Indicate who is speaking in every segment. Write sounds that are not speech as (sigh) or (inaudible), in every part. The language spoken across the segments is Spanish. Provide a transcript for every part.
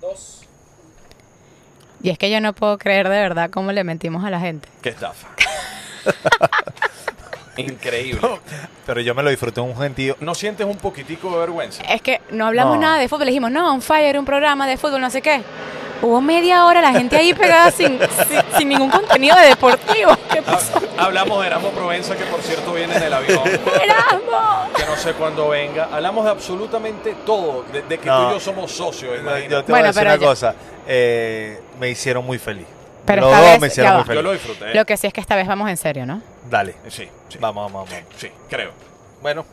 Speaker 1: dos.
Speaker 2: Y es que yo no puedo creer de verdad cómo le mentimos a la gente.
Speaker 3: Qué
Speaker 4: (laughs)
Speaker 3: estafa.
Speaker 1: Increíble.
Speaker 4: (laughs)
Speaker 3: Pero yo me lo disfruté un gentío. ¿No sientes un poquitico de vergüenza?
Speaker 2: Es que no hablamos
Speaker 3: No.
Speaker 2: nada de fútbol, le dijimos, no, on fire, un programa de fútbol, no sé qué. Hubo media hora la gente ahí pegada sin, (laughs) sin, sin ningún contenido de deportivo.
Speaker 3: (laughs)
Speaker 2: ¿Qué pasó?
Speaker 3: (laughs) Hablamos de Erasmo Provenza, que por cierto viene en el avión,
Speaker 4: (laughs)
Speaker 2: ¡Erasmo!
Speaker 3: que no sé cuándo venga. Hablamos de absolutamente todo, de, de que
Speaker 4: No.
Speaker 3: tú y yo somos socios,
Speaker 4: Yo te
Speaker 3: imagínate.
Speaker 4: voy
Speaker 2: Bueno,
Speaker 4: a decir
Speaker 2: pero
Speaker 4: una
Speaker 2: ya-
Speaker 4: cosa. eh, me hicieron muy feliz.
Speaker 2: Pero
Speaker 4: Los
Speaker 2: esta
Speaker 4: dos
Speaker 2: vez-
Speaker 4: me
Speaker 2: ya
Speaker 4: hicieron muy
Speaker 2: va.
Speaker 3: Yo lo
Speaker 4: feliz.
Speaker 3: disfruté.
Speaker 2: Lo que sí es que esta vez vamos en serio, ¿no?
Speaker 4: Dale.
Speaker 3: Sí, sí,
Speaker 4: Vamos, vamos, vamos.
Speaker 3: sí, creo.
Speaker 4: Bueno.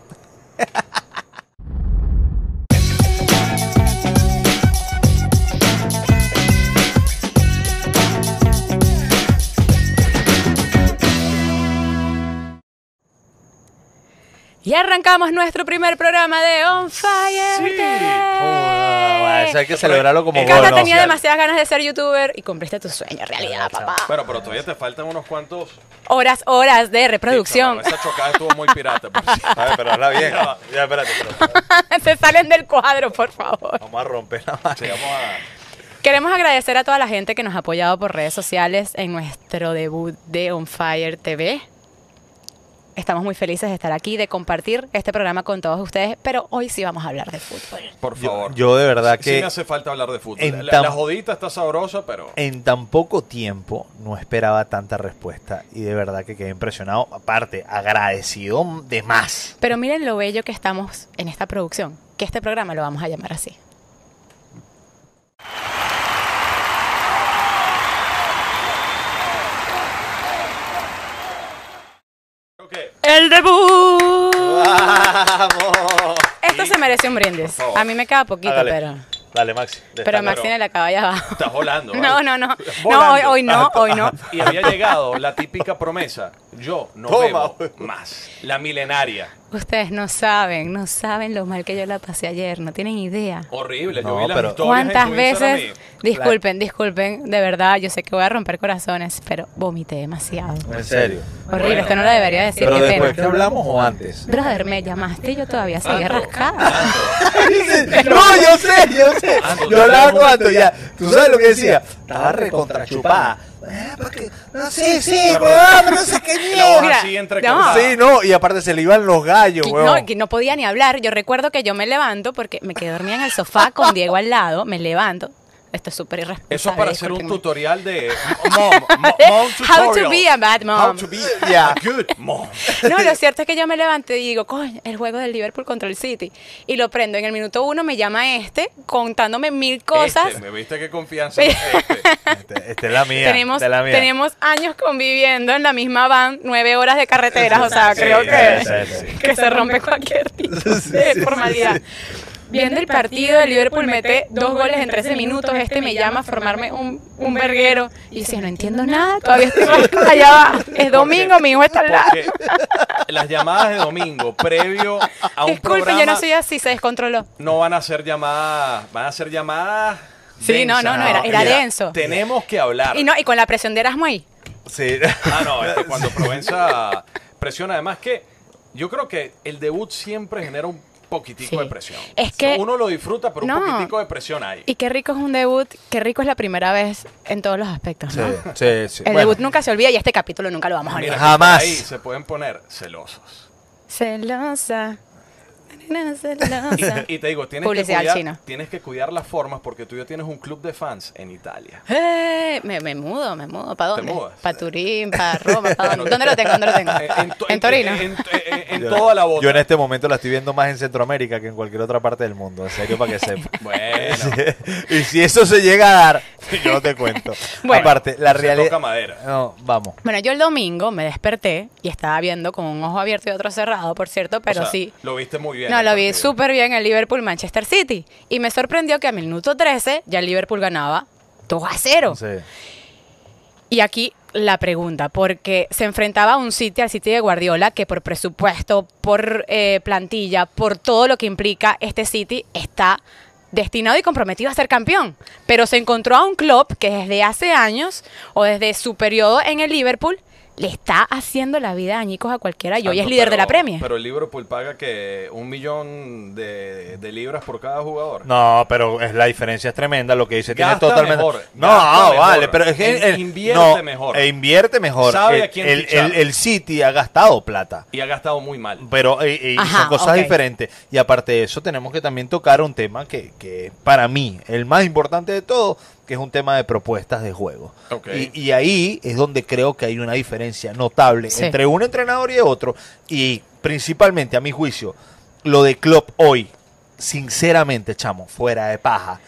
Speaker 2: Y arrancamos nuestro primer programa de On Fire.
Speaker 3: Sí.
Speaker 2: Day.
Speaker 4: eso hay que celebrarlo como
Speaker 2: Cata
Speaker 4: bueno.
Speaker 2: tenía demasiadas ganas de ser youtuber y cumpliste tu sueño, en realidad, papá.
Speaker 3: Bueno, pero todavía te faltan unos cuantos. tips,
Speaker 2: Horas, horas de reproducción.
Speaker 3: hermano. Esa chocada estuvo muy pirata. por cierto.
Speaker 4: A ver, pero
Speaker 3: (laughs)
Speaker 4: habla bien.
Speaker 3: Ya va.
Speaker 4: Ya, espérate. espérate.
Speaker 2: (laughs) Se salen del cuadro, por favor.
Speaker 4: (laughs) Vamos a romper la madre.
Speaker 3: Sí, vamos a-
Speaker 2: Queremos agradecer a toda la gente que nos ha apoyado por redes sociales en nuestro debut de On Fire TV. Estamos muy felices de estar aquí, de compartir este programa con todos ustedes, pero hoy sí vamos a hablar de fútbol.
Speaker 3: por
Speaker 4: Yo,
Speaker 3: favor.
Speaker 4: yo de verdad
Speaker 3: Sí
Speaker 4: que
Speaker 3: me hace falta hablar de fútbol.
Speaker 4: en
Speaker 3: La, la
Speaker 4: tan-
Speaker 3: jodita está sabrosa, pero...
Speaker 4: en tan poco tiempo no esperaba tanta respuesta y de verdad que quedé impresionado. Aparte, agradecido
Speaker 3: (laughs)
Speaker 4: de más.
Speaker 2: Pero miren lo bello que estamos en esta producción, que este programa lo vamos a llamar así.
Speaker 3: Creo que
Speaker 2: ¡El debut!
Speaker 3: Ah,
Speaker 4: ¡Vamos!
Speaker 2: Esto se merece un brindis.
Speaker 3: favor.
Speaker 2: A mí me queda poquito,
Speaker 4: Hágale.
Speaker 2: pero...
Speaker 4: Dale, Maxi.
Speaker 2: Pero a Maxine la acaba allá abajo.
Speaker 3: estás volando. ¿vale?
Speaker 2: No, no, no. No,
Speaker 3: Volando.
Speaker 2: hoy, hoy no, hoy no.
Speaker 3: Y había llegado la típica promesa, yo no
Speaker 4: Toma,
Speaker 3: bebo más. La milenaria.
Speaker 2: Ustedes no saben, no saben lo mal que yo la pasé ayer, no tienen idea.
Speaker 3: Horrible, yo
Speaker 4: No,
Speaker 3: vi las
Speaker 4: pero-
Speaker 3: historias en
Speaker 2: ¿Cuántas
Speaker 3: tu Instagram
Speaker 2: veces?
Speaker 3: y-
Speaker 2: Disculpen, disculpen, de verdad, yo sé que voy a romper corazones, pero vomité demasiado.
Speaker 4: En serio.
Speaker 2: Horrible, esto no lo debería decir,
Speaker 4: Pero
Speaker 2: qué
Speaker 4: después que
Speaker 2: pena.
Speaker 4: hablamos
Speaker 2: (laughs)
Speaker 4: o antes.
Speaker 2: Brother, me llamaste y yo todavía
Speaker 3: Ah,
Speaker 2: seguía rascada.
Speaker 4: (laughs) no, yo sé, yo sé.
Speaker 2: Ah,
Speaker 3: Ando,
Speaker 4: Yo hablaba
Speaker 3: ando.
Speaker 4: con Anto ya. ¿Tú sabes lo que decía? Estaba recontrachupada. Eh, porque- No sé, sí, weón, no sé qué
Speaker 3: La voz
Speaker 2: Mira,
Speaker 3: así entre
Speaker 2: no.
Speaker 4: Sí, no, y aparte se le iban los gallos,
Speaker 2: Que
Speaker 4: weón.
Speaker 2: No, que no podía ni hablar. Yo recuerdo que yo me levanto porque me quedé dormida en el sofá con Diego al lado, me levanto. Esto es súper irresponsable.
Speaker 3: Eso es para hacer un
Speaker 2: discúlpenme.
Speaker 3: tutorial
Speaker 4: (laughs)
Speaker 3: de Oh, mom, mo- mom
Speaker 2: (laughs) How to
Speaker 3: tutorial.
Speaker 2: be a bad mom.
Speaker 3: How to be
Speaker 4: Yeah.
Speaker 2: (laughs)
Speaker 3: a good mom.
Speaker 2: No, lo cierto es que yo me levanté y digo, coño, el juego del Liverpool contra el City. Y lo prendo. En el minuto uno me llama este contándome mil cosas.
Speaker 3: Este, me viste qué confianza. Este.
Speaker 4: Esta esta es la mía.
Speaker 2: tenemos,
Speaker 4: esta es la mía.
Speaker 2: tenemos años conviviendo en la misma van, nueve horas de carreteras. O sea,
Speaker 3: Sí,
Speaker 2: creo
Speaker 3: sí,
Speaker 2: que,
Speaker 4: sí,
Speaker 2: (laughs)
Speaker 4: sí, sí.
Speaker 2: que se rompe cualquier tipo
Speaker 4: Sí,
Speaker 2: de
Speaker 4: sí,
Speaker 2: formalidad. Viendo el partido, el Liverpool mete dos goles en 13 minutos. Este me llama a formarme un, un verguero. Y dice, no entiendo nada, todavía estoy (laughs) allá va. Es domingo, mi hijo está al lado.
Speaker 3: Porque las llamadas de domingo previo a un
Speaker 2: Disculpen,
Speaker 3: programa
Speaker 2: yo no soy así, se descontroló.
Speaker 3: no van a ser llamadas, van a ser llamadas.
Speaker 2: Sí,
Speaker 3: densas.
Speaker 2: no, no, no, era- era
Speaker 3: Mira,
Speaker 2: denso.
Speaker 3: Tenemos que hablar.
Speaker 2: Y no, y con la presión de Erasmo ahí.
Speaker 4: Sí.
Speaker 3: Ah, no,
Speaker 4: (laughs)
Speaker 3: es que cuando Provenza presiona, además que yo creo que el debut siempre genera un poquitico
Speaker 2: Sí.
Speaker 3: de presión.
Speaker 2: Es que-
Speaker 3: uno lo disfruta, pero
Speaker 2: No.
Speaker 3: un poquitico de presión hay.
Speaker 2: Y qué rico es un debut, qué rico es la primera vez en todos los aspectos,
Speaker 4: Sí,
Speaker 2: ¿no?
Speaker 4: sí, sí.
Speaker 2: El
Speaker 4: Bueno,
Speaker 2: debut nunca se olvida y este capítulo nunca lo vamos a olvidar.
Speaker 3: Mira,
Speaker 4: jamás.
Speaker 3: Ahí se pueden poner celosos.
Speaker 2: Celosa. nena
Speaker 3: Y, (laughs)
Speaker 2: Celosa.
Speaker 3: y te digo, tienes que,
Speaker 2: Publicidad al
Speaker 3: cuidar,
Speaker 2: chino.
Speaker 3: tienes que cuidar las formas porque tú ya tienes un club de fans
Speaker 2: (laughs)
Speaker 3: en Italia.
Speaker 2: Eh, me, me mudo, me mudo. ¿Para
Speaker 3: ¿Te
Speaker 2: dónde?
Speaker 3: mudas?
Speaker 2: ¿Para Turín? ¿Para Roma? ¿Para dónde?
Speaker 3: (laughs)
Speaker 2: ¿Dónde lo tengo? ¿Dónde lo tengo?
Speaker 3: Eh, En,
Speaker 2: En,
Speaker 3: to-
Speaker 2: Torino.
Speaker 3: En, en- en
Speaker 4: yo-
Speaker 3: toda la bota.
Speaker 4: Yo en este momento la estoy viendo más en Centroamérica que en cualquier otra parte del mundo. En serio, para que sepa.
Speaker 3: (laughs)
Speaker 4: (laughs)
Speaker 3: Bueno,
Speaker 4: y si eso se llega a dar, (laughs) yo no te cuento.
Speaker 2: Bueno.
Speaker 4: Aparte, la
Speaker 3: Se
Speaker 4: realidad.
Speaker 3: toca madera.
Speaker 4: No, vamos.
Speaker 2: Bueno, yo el domingo me desperté y estaba viendo con un ojo abierto y otro cerrado, por cierto, pero
Speaker 3: o sea,
Speaker 2: sí.
Speaker 3: Lo viste muy bien.
Speaker 2: No,
Speaker 3: el
Speaker 2: lo vi
Speaker 3: partido.
Speaker 2: súper bien el Liverpool-Manchester City. Y me sorprendió que a minuto 13 ya el Liverpool ganaba 2 a 0.
Speaker 4: Sí.
Speaker 2: Y aquí la pregunta, porque se enfrentaba a un City, al City de Guardiola, que por presupuesto, por eh, plantilla, por todo lo que implica este City, está destinado y comprometido a ser campeón. Pero se encontró a un club que desde hace años, o desde su periodo en el Liverpool, le está haciendo la vida añicos a cualquiera. Ah, Yo y hoy
Speaker 3: Tanto,
Speaker 2: es líder de la
Speaker 3: pero-
Speaker 2: premia.
Speaker 3: Pero el Liverpool paga que un millón de, de libras por cada jugador.
Speaker 4: No, pero es la diferencia es tremenda lo que dice. Tiene
Speaker 3: Gasta
Speaker 4: totalmente.
Speaker 3: mejor,
Speaker 4: no,
Speaker 3: gasta mejor.
Speaker 4: vale, pero es que
Speaker 3: In-
Speaker 4: el-
Speaker 3: invierte
Speaker 4: no,
Speaker 3: mejor.
Speaker 4: e invierte mejor.
Speaker 3: Sabe
Speaker 4: el,
Speaker 3: a quién
Speaker 4: el-
Speaker 3: fichar.
Speaker 4: el- el City ha gastado plata.
Speaker 3: Y ha gastado muy mal.
Speaker 4: Pero eh, eh,
Speaker 2: Ajá,
Speaker 4: son cosas
Speaker 2: ok.
Speaker 4: diferentes. Y aparte de eso, tenemos que también tocar un tema que, que para mí, el más importante de todo, que es un tema de propuestas de juego.
Speaker 3: Ok.
Speaker 4: Y, y ahí es donde creo que hay una diferencia notable
Speaker 2: Sí.
Speaker 4: entre un entrenador y otro. Y principalmente, a mi juicio, lo de Klopp hoy, sinceramente, chamo, fuera de paja.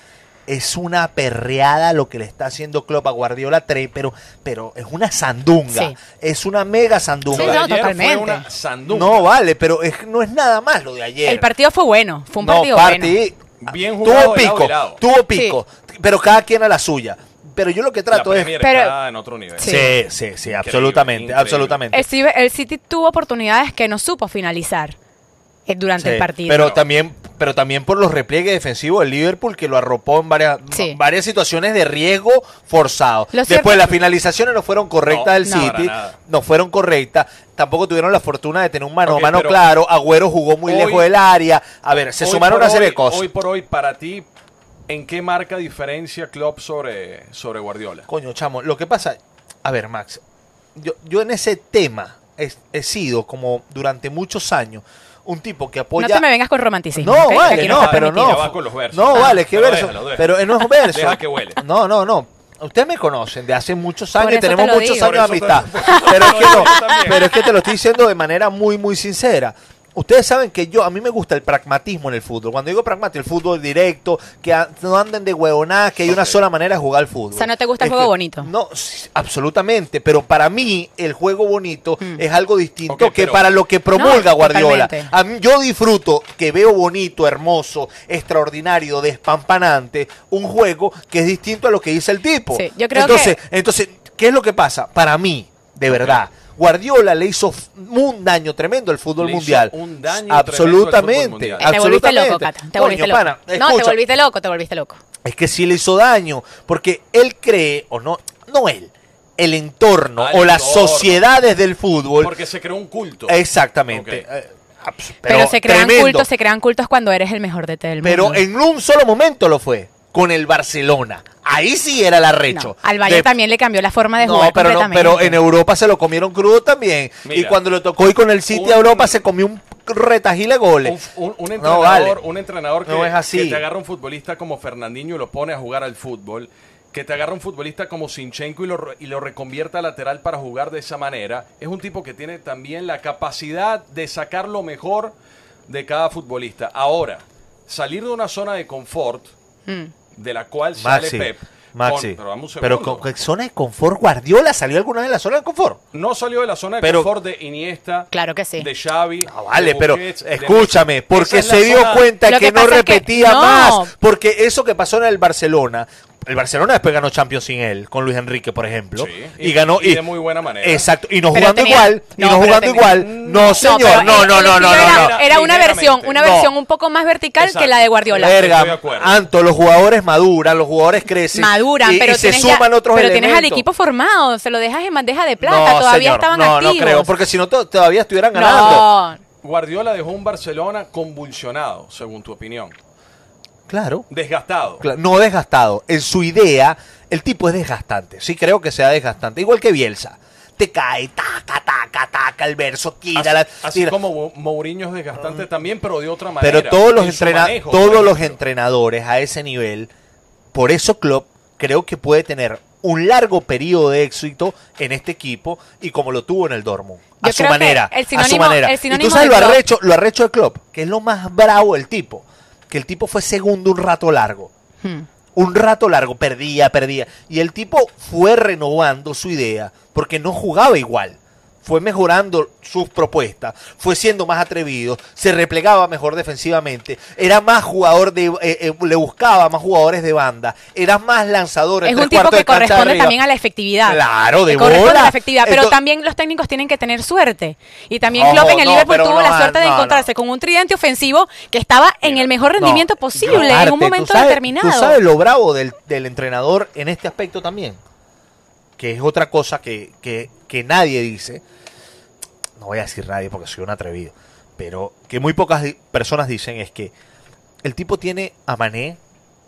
Speaker 4: Es una perreada lo que le está haciendo Klopp a Guardiola 3, pero, pero es una sandunga.
Speaker 2: Sí.
Speaker 4: Es una mega sandunga.
Speaker 2: Sí,
Speaker 3: Lo de
Speaker 2: no,
Speaker 3: ayer
Speaker 2: totalmente.
Speaker 3: Fue una sandunga.
Speaker 4: No vale, pero es- no es nada más lo de ayer.
Speaker 2: El partido fue bueno, fue un
Speaker 4: No,
Speaker 2: partido bueno.
Speaker 4: partid-
Speaker 3: Bien
Speaker 4: tuvo
Speaker 3: jugado, helado,
Speaker 4: pico,
Speaker 3: helado.
Speaker 4: tuvo pico, pero cada quien a la suya. Pero yo lo que
Speaker 3: La
Speaker 4: trato es
Speaker 3: Premier
Speaker 2: Pero-
Speaker 3: está en otro nivel.
Speaker 2: Sí.
Speaker 4: Sí, sí, sí, absolutamente,
Speaker 3: increíble.
Speaker 4: absolutamente.
Speaker 2: El, City- el City tuvo oportunidades que no supo finalizar eh, durante
Speaker 4: Sí,
Speaker 2: el partido.
Speaker 4: Pero también, pero también por los repliegues defensivos del Liverpool que lo arropó en varias,
Speaker 2: Sí.
Speaker 4: varias situaciones de riesgo forzado.
Speaker 2: Lo cierto-
Speaker 4: Después las finalizaciones no fueron correctas
Speaker 3: No,
Speaker 4: del
Speaker 3: no.
Speaker 4: City,
Speaker 3: Para nada.
Speaker 4: no fueron correctas. Tampoco tuvieron la fortuna de tener un mano
Speaker 3: Ok,
Speaker 4: a mano
Speaker 3: pero-
Speaker 4: claro. Agüero jugó muy
Speaker 3: Hoy-
Speaker 4: lejos del área. A ver, se
Speaker 3: Hoy
Speaker 4: sumaron
Speaker 3: por
Speaker 4: una serie
Speaker 3: hoy-
Speaker 4: de cosas.
Speaker 3: Hoy por hoy, para ti, ¿en qué marca diferencia Klopp sobre, sobre Guardiola?
Speaker 4: Coño, chamo, lo que pasa, a ver, Max, yo, yo en ese tema he, he sido como durante muchos años un tipo que
Speaker 2: no
Speaker 4: apoya.
Speaker 2: te me vengas con romanticismo.
Speaker 4: No,
Speaker 2: ¿ok? Que
Speaker 4: vale,
Speaker 2: aquí
Speaker 4: no,
Speaker 2: está
Speaker 4: pero
Speaker 2: permitido.
Speaker 4: no.
Speaker 3: Ya va con los versos.
Speaker 4: No,
Speaker 3: Ah,
Speaker 4: vale, qué
Speaker 3: pero
Speaker 4: verso.
Speaker 3: déjalo, déjalo.
Speaker 4: Pero eh, no es un verso.
Speaker 3: Deja que huele.
Speaker 4: No, no, no. Ustedes me conocen de hace muchos
Speaker 2: Por
Speaker 4: años,
Speaker 2: eso te
Speaker 4: tenemos
Speaker 2: lo
Speaker 4: muchos
Speaker 2: digo.
Speaker 4: años de
Speaker 3: Por eso
Speaker 4: amistad.
Speaker 3: te-
Speaker 4: Pero es
Speaker 3: por
Speaker 4: que
Speaker 3: eso
Speaker 4: no,
Speaker 3: (laughs) yo también.
Speaker 4: pero es que te lo estoy diciendo de manera muy, muy sincera. Ustedes saben que yo, a mí me gusta el pragmatismo en el fútbol. Cuando digo pragmatismo, el fútbol directo, que a- no anden de huevonadas, que hay una
Speaker 3: Ok.
Speaker 4: sola manera de jugar al fútbol.
Speaker 2: O sea, ¿no te gusta el juego bonito?
Speaker 4: No, sí, absolutamente. Pero para mí, el juego bonito es algo distinto
Speaker 3: Ok,
Speaker 4: que
Speaker 3: pero-
Speaker 4: para lo que promulga
Speaker 2: Mm. No,
Speaker 4: Guardiola.
Speaker 2: totalmente.
Speaker 4: A mí- yo disfruto que veo bonito, hermoso, extraordinario, despampanante, un juego que es distinto a lo que dice el tipo.
Speaker 2: Sí, yo creo
Speaker 4: entonces,
Speaker 2: que-
Speaker 4: entonces, ¿qué es lo que pasa? Para mí, de verdad. Guardiola le hizo f- un daño tremendo al fútbol
Speaker 3: Le hizo
Speaker 4: mundial.
Speaker 3: un daño
Speaker 4: absolutamente.
Speaker 3: tremendo al fútbol mundial.
Speaker 2: Te volviste
Speaker 4: absolutamente.
Speaker 2: loco, Cata. Te
Speaker 4: Coño,
Speaker 2: volviste loco.
Speaker 4: pana,
Speaker 2: no, te
Speaker 4: escucha,
Speaker 2: volviste loco, te volviste loco.
Speaker 4: es que sí le hizo daño, porque él cree, o no, no él, el entorno
Speaker 3: Ah, el
Speaker 4: o las
Speaker 3: entorno.
Speaker 4: sociedades del fútbol.
Speaker 3: Porque se creó un culto.
Speaker 4: Exactamente.
Speaker 3: Ok.
Speaker 4: Eh, abs-
Speaker 2: Pero, se crean
Speaker 4: tremendo.
Speaker 2: cultos, se crean cultos cuando eres el mejor de del mundo.
Speaker 4: Pero en un solo momento lo fue, con el Barcelona. Ahí sí era el arrecho.
Speaker 2: No, al Bayern
Speaker 4: De-
Speaker 2: también le cambió la forma de jugar
Speaker 4: pero, no,
Speaker 2: completamente.
Speaker 4: pero en Europa se lo comieron crudo también. y
Speaker 3: Mira,
Speaker 4: cuando le tocó ir con el City a
Speaker 3: un-
Speaker 4: Europa se comió un retajil de
Speaker 3: Un,
Speaker 4: goles.
Speaker 3: un- un
Speaker 4: No,
Speaker 3: entrenador,
Speaker 4: vale.
Speaker 3: un entrenador que,
Speaker 4: No es así.
Speaker 3: que te agarra un futbolista como Fernandinho y lo pone a jugar al fútbol. Que te agarra un futbolista como Sinchenko y lo, re- y lo reconvierta a lateral para jugar de esa manera. Es un tipo que tiene también la capacidad de sacar lo mejor de cada futbolista. Ahora, salir de una zona de confort
Speaker 2: Mm.
Speaker 3: de la cual
Speaker 4: Maxi,
Speaker 3: sale Pep.
Speaker 4: Maxi.
Speaker 3: con- pero dame un
Speaker 4: pero
Speaker 3: segundo.
Speaker 4: con, con zona de confort, Guardiola salió alguna vez de la zona de confort.
Speaker 3: No salió de la zona de
Speaker 4: Pero-
Speaker 3: confort de Iniesta,
Speaker 2: Claro que sí.
Speaker 3: de Xavi.
Speaker 4: Ah, vale,
Speaker 3: de
Speaker 4: pero
Speaker 3: Busquets, de Messi.
Speaker 4: escúchame,
Speaker 3: Esa
Speaker 4: porque
Speaker 3: es la
Speaker 4: se dio
Speaker 3: zona-
Speaker 4: cuenta
Speaker 2: Lo
Speaker 4: que,
Speaker 2: que
Speaker 4: no
Speaker 2: pasa es que-
Speaker 4: repetía
Speaker 2: no.
Speaker 4: más. Porque eso que pasó en el Barcelona, el Barcelona después ganó Champions sin él, con Luis Enrique, por ejemplo.
Speaker 3: Sí,
Speaker 4: y, ganó.
Speaker 3: y de muy buena manera.
Speaker 4: Exacto, y no
Speaker 2: Pero
Speaker 4: jugando
Speaker 2: tenía-
Speaker 4: igual, y
Speaker 2: no,
Speaker 4: no
Speaker 2: pero
Speaker 4: jugando
Speaker 2: tenía- Mm,
Speaker 4: igual. No, señor,
Speaker 2: pero
Speaker 4: no,
Speaker 2: el-
Speaker 4: no,
Speaker 2: el
Speaker 4: no, no,
Speaker 2: estilo
Speaker 4: no.
Speaker 2: era,
Speaker 4: no.
Speaker 2: era una
Speaker 3: Ligeramente.
Speaker 2: versión, una
Speaker 4: No. Eh,
Speaker 2: versión un poco más vertical
Speaker 3: Exacto.
Speaker 2: que la de Guardiola.
Speaker 3: Verga.
Speaker 4: Verga,
Speaker 3: Estoy de acuerdo.
Speaker 4: Anto, los jugadores maduran, los jugadores crecen.
Speaker 2: Maduran,
Speaker 4: y,
Speaker 2: pero,
Speaker 4: y se
Speaker 2: tienes ya-
Speaker 4: suman otros
Speaker 2: pero tienes
Speaker 4: elementos.
Speaker 2: al equipo formado, se lo dejas en bandeja de plata,
Speaker 4: no,
Speaker 2: todavía
Speaker 4: señor,
Speaker 2: estaban
Speaker 4: no,
Speaker 2: activos.
Speaker 4: No, creo, porque si no to- todavía estuvieran ganando.
Speaker 2: no,
Speaker 3: Guardiola dejó un Barcelona convulsionado, según tu opinión.
Speaker 4: Claro.
Speaker 3: Desgastado.
Speaker 4: Cla- No desgastado. En su idea, el tipo es desgastante. Sí creo que sea desgastante. Igual que Bielsa. Te cae, taca, taca, taca, el verso,
Speaker 3: Así,
Speaker 4: tira, la-
Speaker 3: así
Speaker 4: tira.
Speaker 3: como Mo- Mourinho es desgastante también, pero de otra manera.
Speaker 4: Pero todos los,
Speaker 3: en su
Speaker 4: entrena-
Speaker 3: manejo, por
Speaker 4: todos los
Speaker 3: ejemplo.
Speaker 4: entrenadores a ese nivel, por eso Klopp creo que puede tener un largo periodo de éxito en este equipo y como lo tuvo en el Dortmund. A
Speaker 2: Yo
Speaker 4: su,
Speaker 2: creo que
Speaker 4: manera,
Speaker 2: el
Speaker 4: a su
Speaker 2: sinónimo-
Speaker 4: manera.
Speaker 2: el
Speaker 4: Y tú
Speaker 2: sinónimo
Speaker 4: sabes
Speaker 2: de
Speaker 4: lo
Speaker 2: Klopp-
Speaker 4: arrecho, lo arrecho de Klopp, que es lo más bravo del tipo. Que el tipo fue segundo un rato largo.
Speaker 2: Hmm.
Speaker 4: Un rato largo, perdía, perdía. Y el tipo fue renovando su idea, porque no jugaba igual. Fue mejorando sus propuestas, fue siendo más atrevido, se replegaba mejor defensivamente, era más jugador de. eh, eh, le buscaba más jugadores de banda, era más lanzador. en
Speaker 2: Es
Speaker 4: tres
Speaker 2: un tipo que
Speaker 4: cuartos de cancha
Speaker 2: corresponde
Speaker 4: arriba.
Speaker 2: también a la efectividad.
Speaker 4: Claro, de
Speaker 2: Que corresponde
Speaker 4: bola.
Speaker 2: a la efectividad, pero
Speaker 4: Entonces-
Speaker 2: también los técnicos tienen que tener suerte. Y también
Speaker 4: Ojo,
Speaker 2: Klopp en el
Speaker 4: no,
Speaker 2: Liverpool
Speaker 4: pero
Speaker 2: tuvo
Speaker 4: no,
Speaker 2: la suerte de
Speaker 4: no, no.
Speaker 2: encontrarse con un tridente ofensivo que estaba en el mejor rendimiento
Speaker 4: No,
Speaker 2: posible
Speaker 4: aparte,
Speaker 2: en un
Speaker 4: tú
Speaker 2: momento
Speaker 4: sabes-
Speaker 2: determinado.
Speaker 4: Tú sabes lo bravo del, del entrenador en este aspecto también. Que es otra cosa que, que, que nadie dice, no voy a decir nadie porque soy un atrevido, pero que muy pocas di- personas dicen es que el tipo tiene a Mané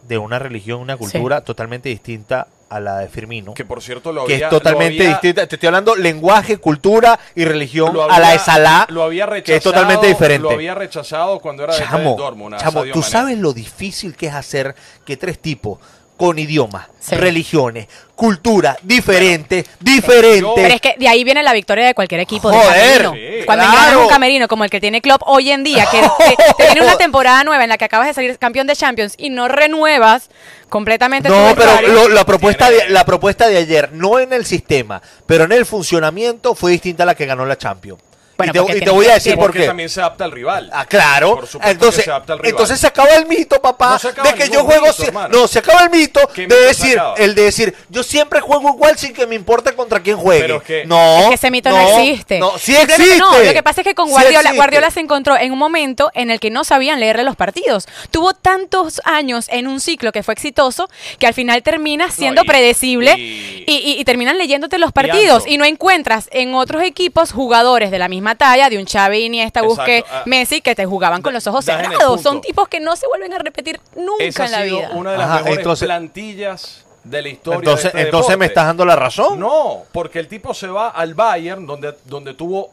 Speaker 4: de una religión, una cultura totalmente distinta a la de Firmino.
Speaker 3: Que por cierto lo
Speaker 4: que
Speaker 3: había.
Speaker 4: es totalmente
Speaker 3: lo había-
Speaker 4: distinta. Te estoy hablando lenguaje, cultura y religión
Speaker 3: lo
Speaker 4: a la de
Speaker 3: había-
Speaker 4: Salah,
Speaker 3: Lo había rechazado.
Speaker 4: que es totalmente diferente.
Speaker 3: Lo había rechazado cuando era de
Speaker 4: chamo,
Speaker 3: Dortmund. a
Speaker 4: chamo,
Speaker 3: Sadio
Speaker 4: tú
Speaker 3: Mané.
Speaker 4: sabes lo difícil que es hacer que tres tipos con idiomas,
Speaker 2: Sí.
Speaker 4: religiones, cultura diferentes, diferentes.
Speaker 3: yo-
Speaker 2: Pero es que de ahí viene la victoria de cualquier equipo. de
Speaker 4: Joder,
Speaker 2: camerino.
Speaker 3: sí,
Speaker 2: Cuando
Speaker 4: claro.
Speaker 2: engañas un camerino como el que tiene Klopp hoy en día, que,
Speaker 4: (laughs)
Speaker 2: que te viene una temporada nueva en la que acabas de salir campeón de Champions y no renuevas completamente tu
Speaker 4: No, pero
Speaker 2: vestuario.
Speaker 4: lo- la, propuesta de,
Speaker 3: Tiene-
Speaker 4: la propuesta de ayer, no en el sistema, pero en el funcionamiento, fue distinta a la que ganó la Champions.
Speaker 2: Bueno,
Speaker 4: y te,
Speaker 2: porque
Speaker 4: y te
Speaker 2: tiene
Speaker 4: voy
Speaker 2: que-
Speaker 4: a decir
Speaker 2: tiene-
Speaker 4: por qué.
Speaker 3: también se adapta al rival.
Speaker 4: Ah, claro.
Speaker 3: Por supuesto
Speaker 4: Entonces,
Speaker 3: que se adapta al rival.
Speaker 4: entonces se acaba el mito, papá,
Speaker 3: No se acaba
Speaker 4: de que
Speaker 3: ningún
Speaker 4: yo juego
Speaker 3: mito,
Speaker 4: si-
Speaker 3: hermano.
Speaker 4: No, se acaba el mito
Speaker 3: ¿Qué
Speaker 4: de
Speaker 3: mito se
Speaker 4: decir,
Speaker 3: acaba?
Speaker 4: el de decir, yo siempre juego igual sin que me importe contra quién juegue.
Speaker 3: Pero es que-
Speaker 4: no,
Speaker 2: Es que ese mito no, existe.
Speaker 4: No, sí
Speaker 2: Yo creo que
Speaker 4: existe.
Speaker 2: no, lo que pasa es que con
Speaker 4: Sí
Speaker 2: Guardiola,
Speaker 4: existe.
Speaker 2: Guardiola se encontró en un momento en el que no sabían leerle los partidos. Tuvo tantos años en un ciclo que fue exitoso que al final termina siendo
Speaker 3: y-
Speaker 2: predecible
Speaker 3: y-
Speaker 2: y, y- y terminan leyéndote los partidos.
Speaker 3: Ansu.
Speaker 2: Y, no encuentras en otros equipos jugadores de la misma talla, de un Xavi, Iniesta,
Speaker 3: Exacto,
Speaker 2: Busquets,
Speaker 3: ah.
Speaker 2: Messi, que te jugaban con los ojos
Speaker 3: Das en el
Speaker 2: cerrados. Son
Speaker 3: punto.
Speaker 2: tipos que no se vuelven a repetir nunca
Speaker 3: Esa
Speaker 2: en la
Speaker 3: ha sido
Speaker 2: vida.
Speaker 3: una de las
Speaker 4: Ajá,
Speaker 3: mejores
Speaker 4: entonces-
Speaker 3: plantillas de la historia. de
Speaker 4: Entonces,
Speaker 3: este
Speaker 4: entonces me
Speaker 3: deporte.
Speaker 4: estás dando la razón.
Speaker 3: No, porque el tipo se va al Bayern, donde, donde tuvo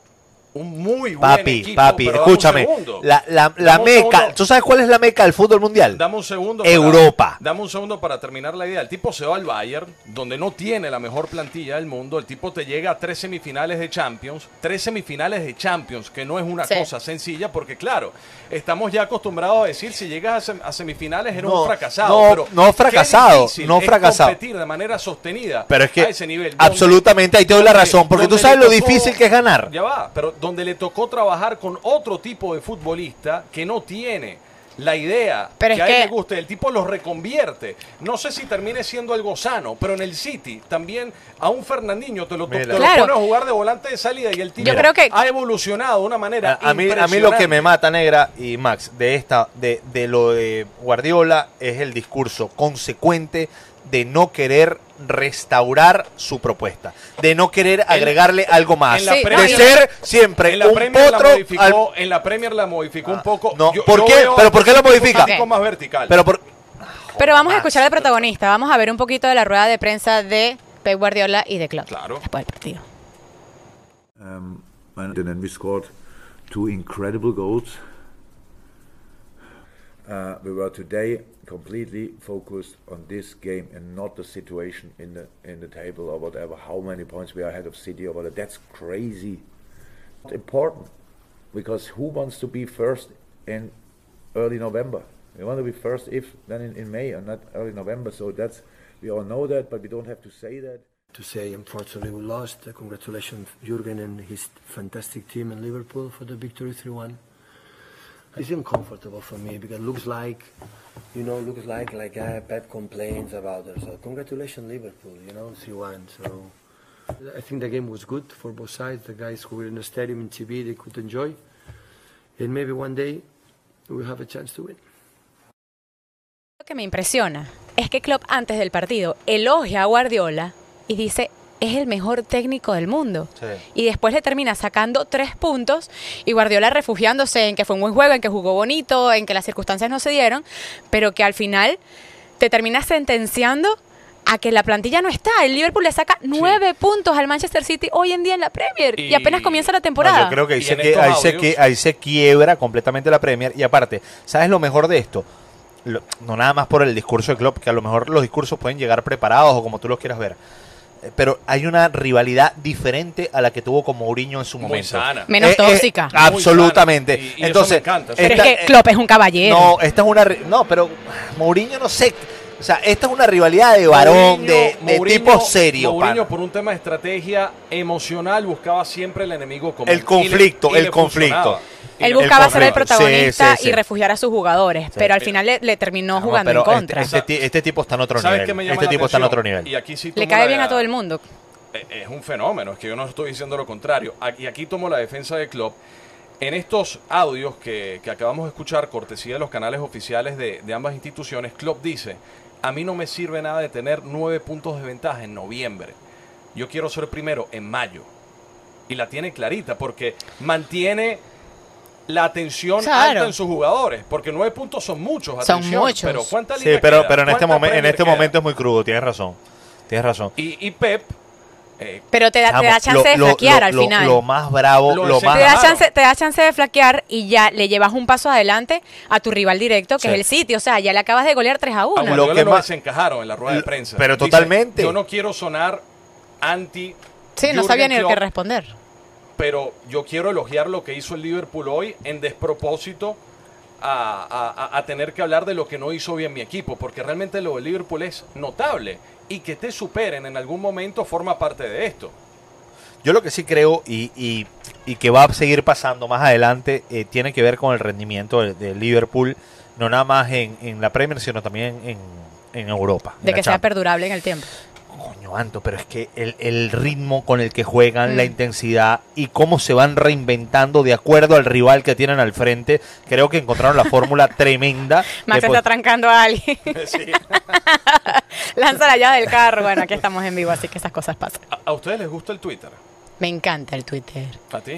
Speaker 3: un muy buen
Speaker 4: Papi,
Speaker 3: equipo.
Speaker 4: papi,
Speaker 3: pero dame un
Speaker 4: escúchame.
Speaker 3: segundo.
Speaker 4: La, la, la
Speaker 3: Dame un
Speaker 4: meca,
Speaker 3: segundo.
Speaker 4: ¿tú sabes cuál es la meca del fútbol mundial?
Speaker 3: Dame un segundo.
Speaker 4: Europa.
Speaker 3: dame un segundo para terminar la idea. El tipo se va al Bayern, donde no tiene la mejor plantilla del mundo. El tipo te llega a tres semifinales de Champions. Tres semifinales de Champions, que no es una
Speaker 2: Sí.
Speaker 3: cosa sencilla, porque claro, estamos ya acostumbrados a decir si llegas a, sem- a semifinales eres
Speaker 4: No,
Speaker 3: un fracasado.
Speaker 4: no,
Speaker 3: pero
Speaker 4: no
Speaker 3: qué
Speaker 4: fracasado,
Speaker 3: difícil
Speaker 4: no
Speaker 3: es
Speaker 4: fracasado.
Speaker 3: competir de manera sostenida
Speaker 4: Pero es que
Speaker 3: a ese nivel. donde-
Speaker 4: absolutamente ahí te doy la
Speaker 3: donde-
Speaker 4: razón, porque tú
Speaker 3: donde
Speaker 4: sabes
Speaker 3: le
Speaker 4: lo
Speaker 3: tocó-
Speaker 4: difícil que es ganar.
Speaker 3: Ya va, pero donde le tocó trabajar con otro tipo de futbolista que no tiene la idea
Speaker 2: Pero
Speaker 3: que
Speaker 2: es
Speaker 3: a él
Speaker 2: que-
Speaker 3: le guste, el tipo los reconvierte. No sé si termine siendo algo sano, pero en el City también a un Fernandinho te lo, te
Speaker 4: Mira.
Speaker 3: lo
Speaker 2: Claro.
Speaker 3: pone a jugar de volante de salida y el tipo
Speaker 2: Yo creo que-
Speaker 3: ha evolucionado de una manera
Speaker 4: A, a mí, a mí lo que me
Speaker 3: impresionante.
Speaker 4: mata, Negra y Max, de esta, de, de lo de Guardiola, es el discurso consecuente de no querer restaurar su propuesta, de no querer agregarle algo más,
Speaker 3: en la
Speaker 4: de
Speaker 3: Premier-
Speaker 4: ser siempre
Speaker 3: En la,
Speaker 4: un
Speaker 3: Premier la
Speaker 4: potro. al- Ah,
Speaker 3: modificó, en la Premier la modificó un poco.
Speaker 4: no, ¿por qué?
Speaker 3: veo
Speaker 4: ¿Pero por qué la
Speaker 3: un poquito
Speaker 4: modifica?
Speaker 3: más vertical.
Speaker 4: pero por-
Speaker 2: Pero vamos a
Speaker 4: Max.
Speaker 2: escuchar al protagonista. Vamos a ver un poquito de la rueda de prensa de Pep Guardiola y de Klopp.
Speaker 3: Claro.
Speaker 2: Después del partido.
Speaker 1: Um, and then we scored two incredible goals. Uh, we were today completely focused on this game and not the situation in the in the table or whatever. How many points we are ahead of City or whatever? That's crazy. Not important because who wants to be first in early November? We want to be first if then in, in May and not early November. So that's we all know that, but we don't have to say that.
Speaker 5: to say unfortunately we lost. Uh, Congratulations Jurgen and his fantastic team in Liverpool for the victory 3-1. It's uncomfortable for me because looks like, you know, looks like like uh, Pep complains about it. So congratulations Liverpool, you know, 3-1. So I think the game was good for both sides. The guys who were in the stadium in TV they could enjoy, and maybe one day we'll have a chance to win.
Speaker 2: Lo que me impresiona es que Klopp antes del partido elogia a Guardiola y dice es el mejor técnico del mundo.
Speaker 4: Sí.
Speaker 2: Y después le termina sacando tres puntos y Guardiola refugiándose en que fue un buen juego, en que jugó bonito, en que las circunstancias no se dieron, pero que al final te termina sentenciando a que la plantilla no está. El Liverpool le saca nueve puntos al Manchester City hoy en día en la Premier y,
Speaker 3: Y-
Speaker 2: apenas comienza la
Speaker 4: No,
Speaker 2: temporada.
Speaker 4: yo creo que ahí,
Speaker 3: Y
Speaker 4: se,
Speaker 3: en
Speaker 4: que-
Speaker 3: estos
Speaker 4: ahí se
Speaker 3: audios-
Speaker 4: que- ahí se quiebra completamente la Premier. Y aparte, ¿sabes lo mejor de esto? Lo- no nada más por el discurso de Klopp, que a lo mejor los discursos pueden llegar preparados o como tú los quieras ver. Eh, Pero hay una rivalidad diferente a la que tuvo con Mourinho en su
Speaker 3: Muy
Speaker 4: momento. Eh,
Speaker 3: sana.
Speaker 2: Menos tóxica.
Speaker 3: sana.
Speaker 4: absolutamente.
Speaker 3: Y- y eso
Speaker 4: Entonces,
Speaker 3: me encanta, eso
Speaker 2: pero
Speaker 4: esta- eh,
Speaker 2: es que Klopp es un caballero.
Speaker 4: no, esta es una. ri- No, pero Mourinho no sé. O sea, esta es una rivalidad de varón,
Speaker 3: Mourinho-
Speaker 4: de, de
Speaker 3: Mourinho-
Speaker 4: tipo serio.
Speaker 3: Mourinho,
Speaker 4: pana.
Speaker 3: por un tema de estrategia emocional, buscaba siempre el enemigo común.
Speaker 4: El conflicto,
Speaker 3: Y le- y
Speaker 4: el
Speaker 3: le
Speaker 4: conflicto.
Speaker 3: funcionaba. Y
Speaker 2: Él
Speaker 3: le
Speaker 2: buscaba ser el
Speaker 3: funcionaba.
Speaker 4: conflicto.
Speaker 2: protagonista
Speaker 4: Sí, sí, sí.
Speaker 2: y refugiar a sus jugadores, pero al final le, le terminó
Speaker 4: No,
Speaker 2: jugando
Speaker 4: pero
Speaker 2: en contra.
Speaker 4: Este, este ti- este tipo está en otro
Speaker 3: ¿Sabes
Speaker 4: nivel.
Speaker 3: qué me llama
Speaker 4: este
Speaker 3: la
Speaker 4: tipo está en
Speaker 3: atención?
Speaker 4: otro nivel.
Speaker 3: Y aquí sí
Speaker 2: le
Speaker 3: tomo
Speaker 2: cae
Speaker 3: la-
Speaker 2: bien a todo el mundo.
Speaker 3: Eh, Es un fenómeno, es que yo no estoy diciendo lo contrario. A- Y aquí tomo la defensa de Klopp. En estos audios que, que acabamos de escuchar, cortesía de los canales oficiales de, de ambas instituciones, Klopp dice, a mí no me sirve nada de tener nueve puntos de ventaja en noviembre. Yo quiero ser primero en mayo. Y la tiene clarita porque mantiene la atención
Speaker 2: Claro.
Speaker 3: alta en sus jugadores. Porque nueve puntos son muchos,
Speaker 2: Son
Speaker 3: atención.
Speaker 2: muchos.
Speaker 3: Pero ¿cuánta
Speaker 4: Sí,
Speaker 3: liga
Speaker 4: pero,
Speaker 3: queda?
Speaker 4: pero en este,
Speaker 3: ¿Cuánta
Speaker 4: momen- en
Speaker 3: Premier
Speaker 4: este
Speaker 3: queda?
Speaker 4: momento es muy crudo, tienes razón. Tienes razón.
Speaker 3: Y, y Pep, eh,
Speaker 2: Pero te da, te da
Speaker 4: Chamo,
Speaker 2: chance de
Speaker 4: lo- lo-
Speaker 2: flaquear
Speaker 4: lo-
Speaker 2: al
Speaker 4: lo-
Speaker 2: final.
Speaker 4: Lo más bravo,
Speaker 3: Lo
Speaker 4: lo
Speaker 3: enseña-
Speaker 4: más
Speaker 2: te, da
Speaker 3: Claro.
Speaker 2: chance, te da chance de flaquear y ya le llevas un paso adelante a tu rival directo, que
Speaker 4: Sí.
Speaker 2: es el City. O sea, ya le acabas de golear 3 a
Speaker 3: a
Speaker 2: 1.
Speaker 4: Lo
Speaker 3: Guardiola
Speaker 4: que
Speaker 3: lo
Speaker 4: más-
Speaker 3: desencajaron en la rueda de
Speaker 4: Lo-
Speaker 3: prensa.
Speaker 4: pero
Speaker 3: Dice,
Speaker 4: totalmente.
Speaker 3: Yo no quiero sonar anti.
Speaker 2: Sí, no
Speaker 3: Jürgen
Speaker 2: sabía ni lo
Speaker 3: Klopp,
Speaker 2: que responder.
Speaker 3: pero yo quiero elogiar lo que hizo el Liverpool hoy en despropósito a, a- a- a tener que hablar de lo que no hizo bien mi equipo, porque realmente lo del Liverpool es notable y que te superen en algún momento forma parte de esto.
Speaker 4: Yo lo que sí creo y, y- y que va a seguir pasando más adelante eh, tiene que ver con el rendimiento de, de Liverpool, no nada más en, en la Premier, sino también en, en Europa. en
Speaker 2: De
Speaker 4: la
Speaker 2: que sea
Speaker 4: Champions.
Speaker 2: perdurable en el tiempo.
Speaker 4: Coño, Anto, pero es que el, el ritmo con el que juegan,
Speaker 2: Mm.
Speaker 4: la intensidad y cómo se van reinventando de acuerdo al rival que tienen al frente, creo que encontraron la fórmula (laughs) tremenda.
Speaker 2: Max
Speaker 4: de,
Speaker 2: está
Speaker 4: po-
Speaker 2: trancando a
Speaker 4: (laughs)
Speaker 2: alguien.
Speaker 3: Sí.
Speaker 2: (laughs) Lanza la llave del carro. Bueno, aquí estamos en vivo, así que esas cosas pasan.
Speaker 3: ¿A, a ustedes les gusta el Twitter?
Speaker 2: Me encanta el Twitter.
Speaker 3: ¿A ti?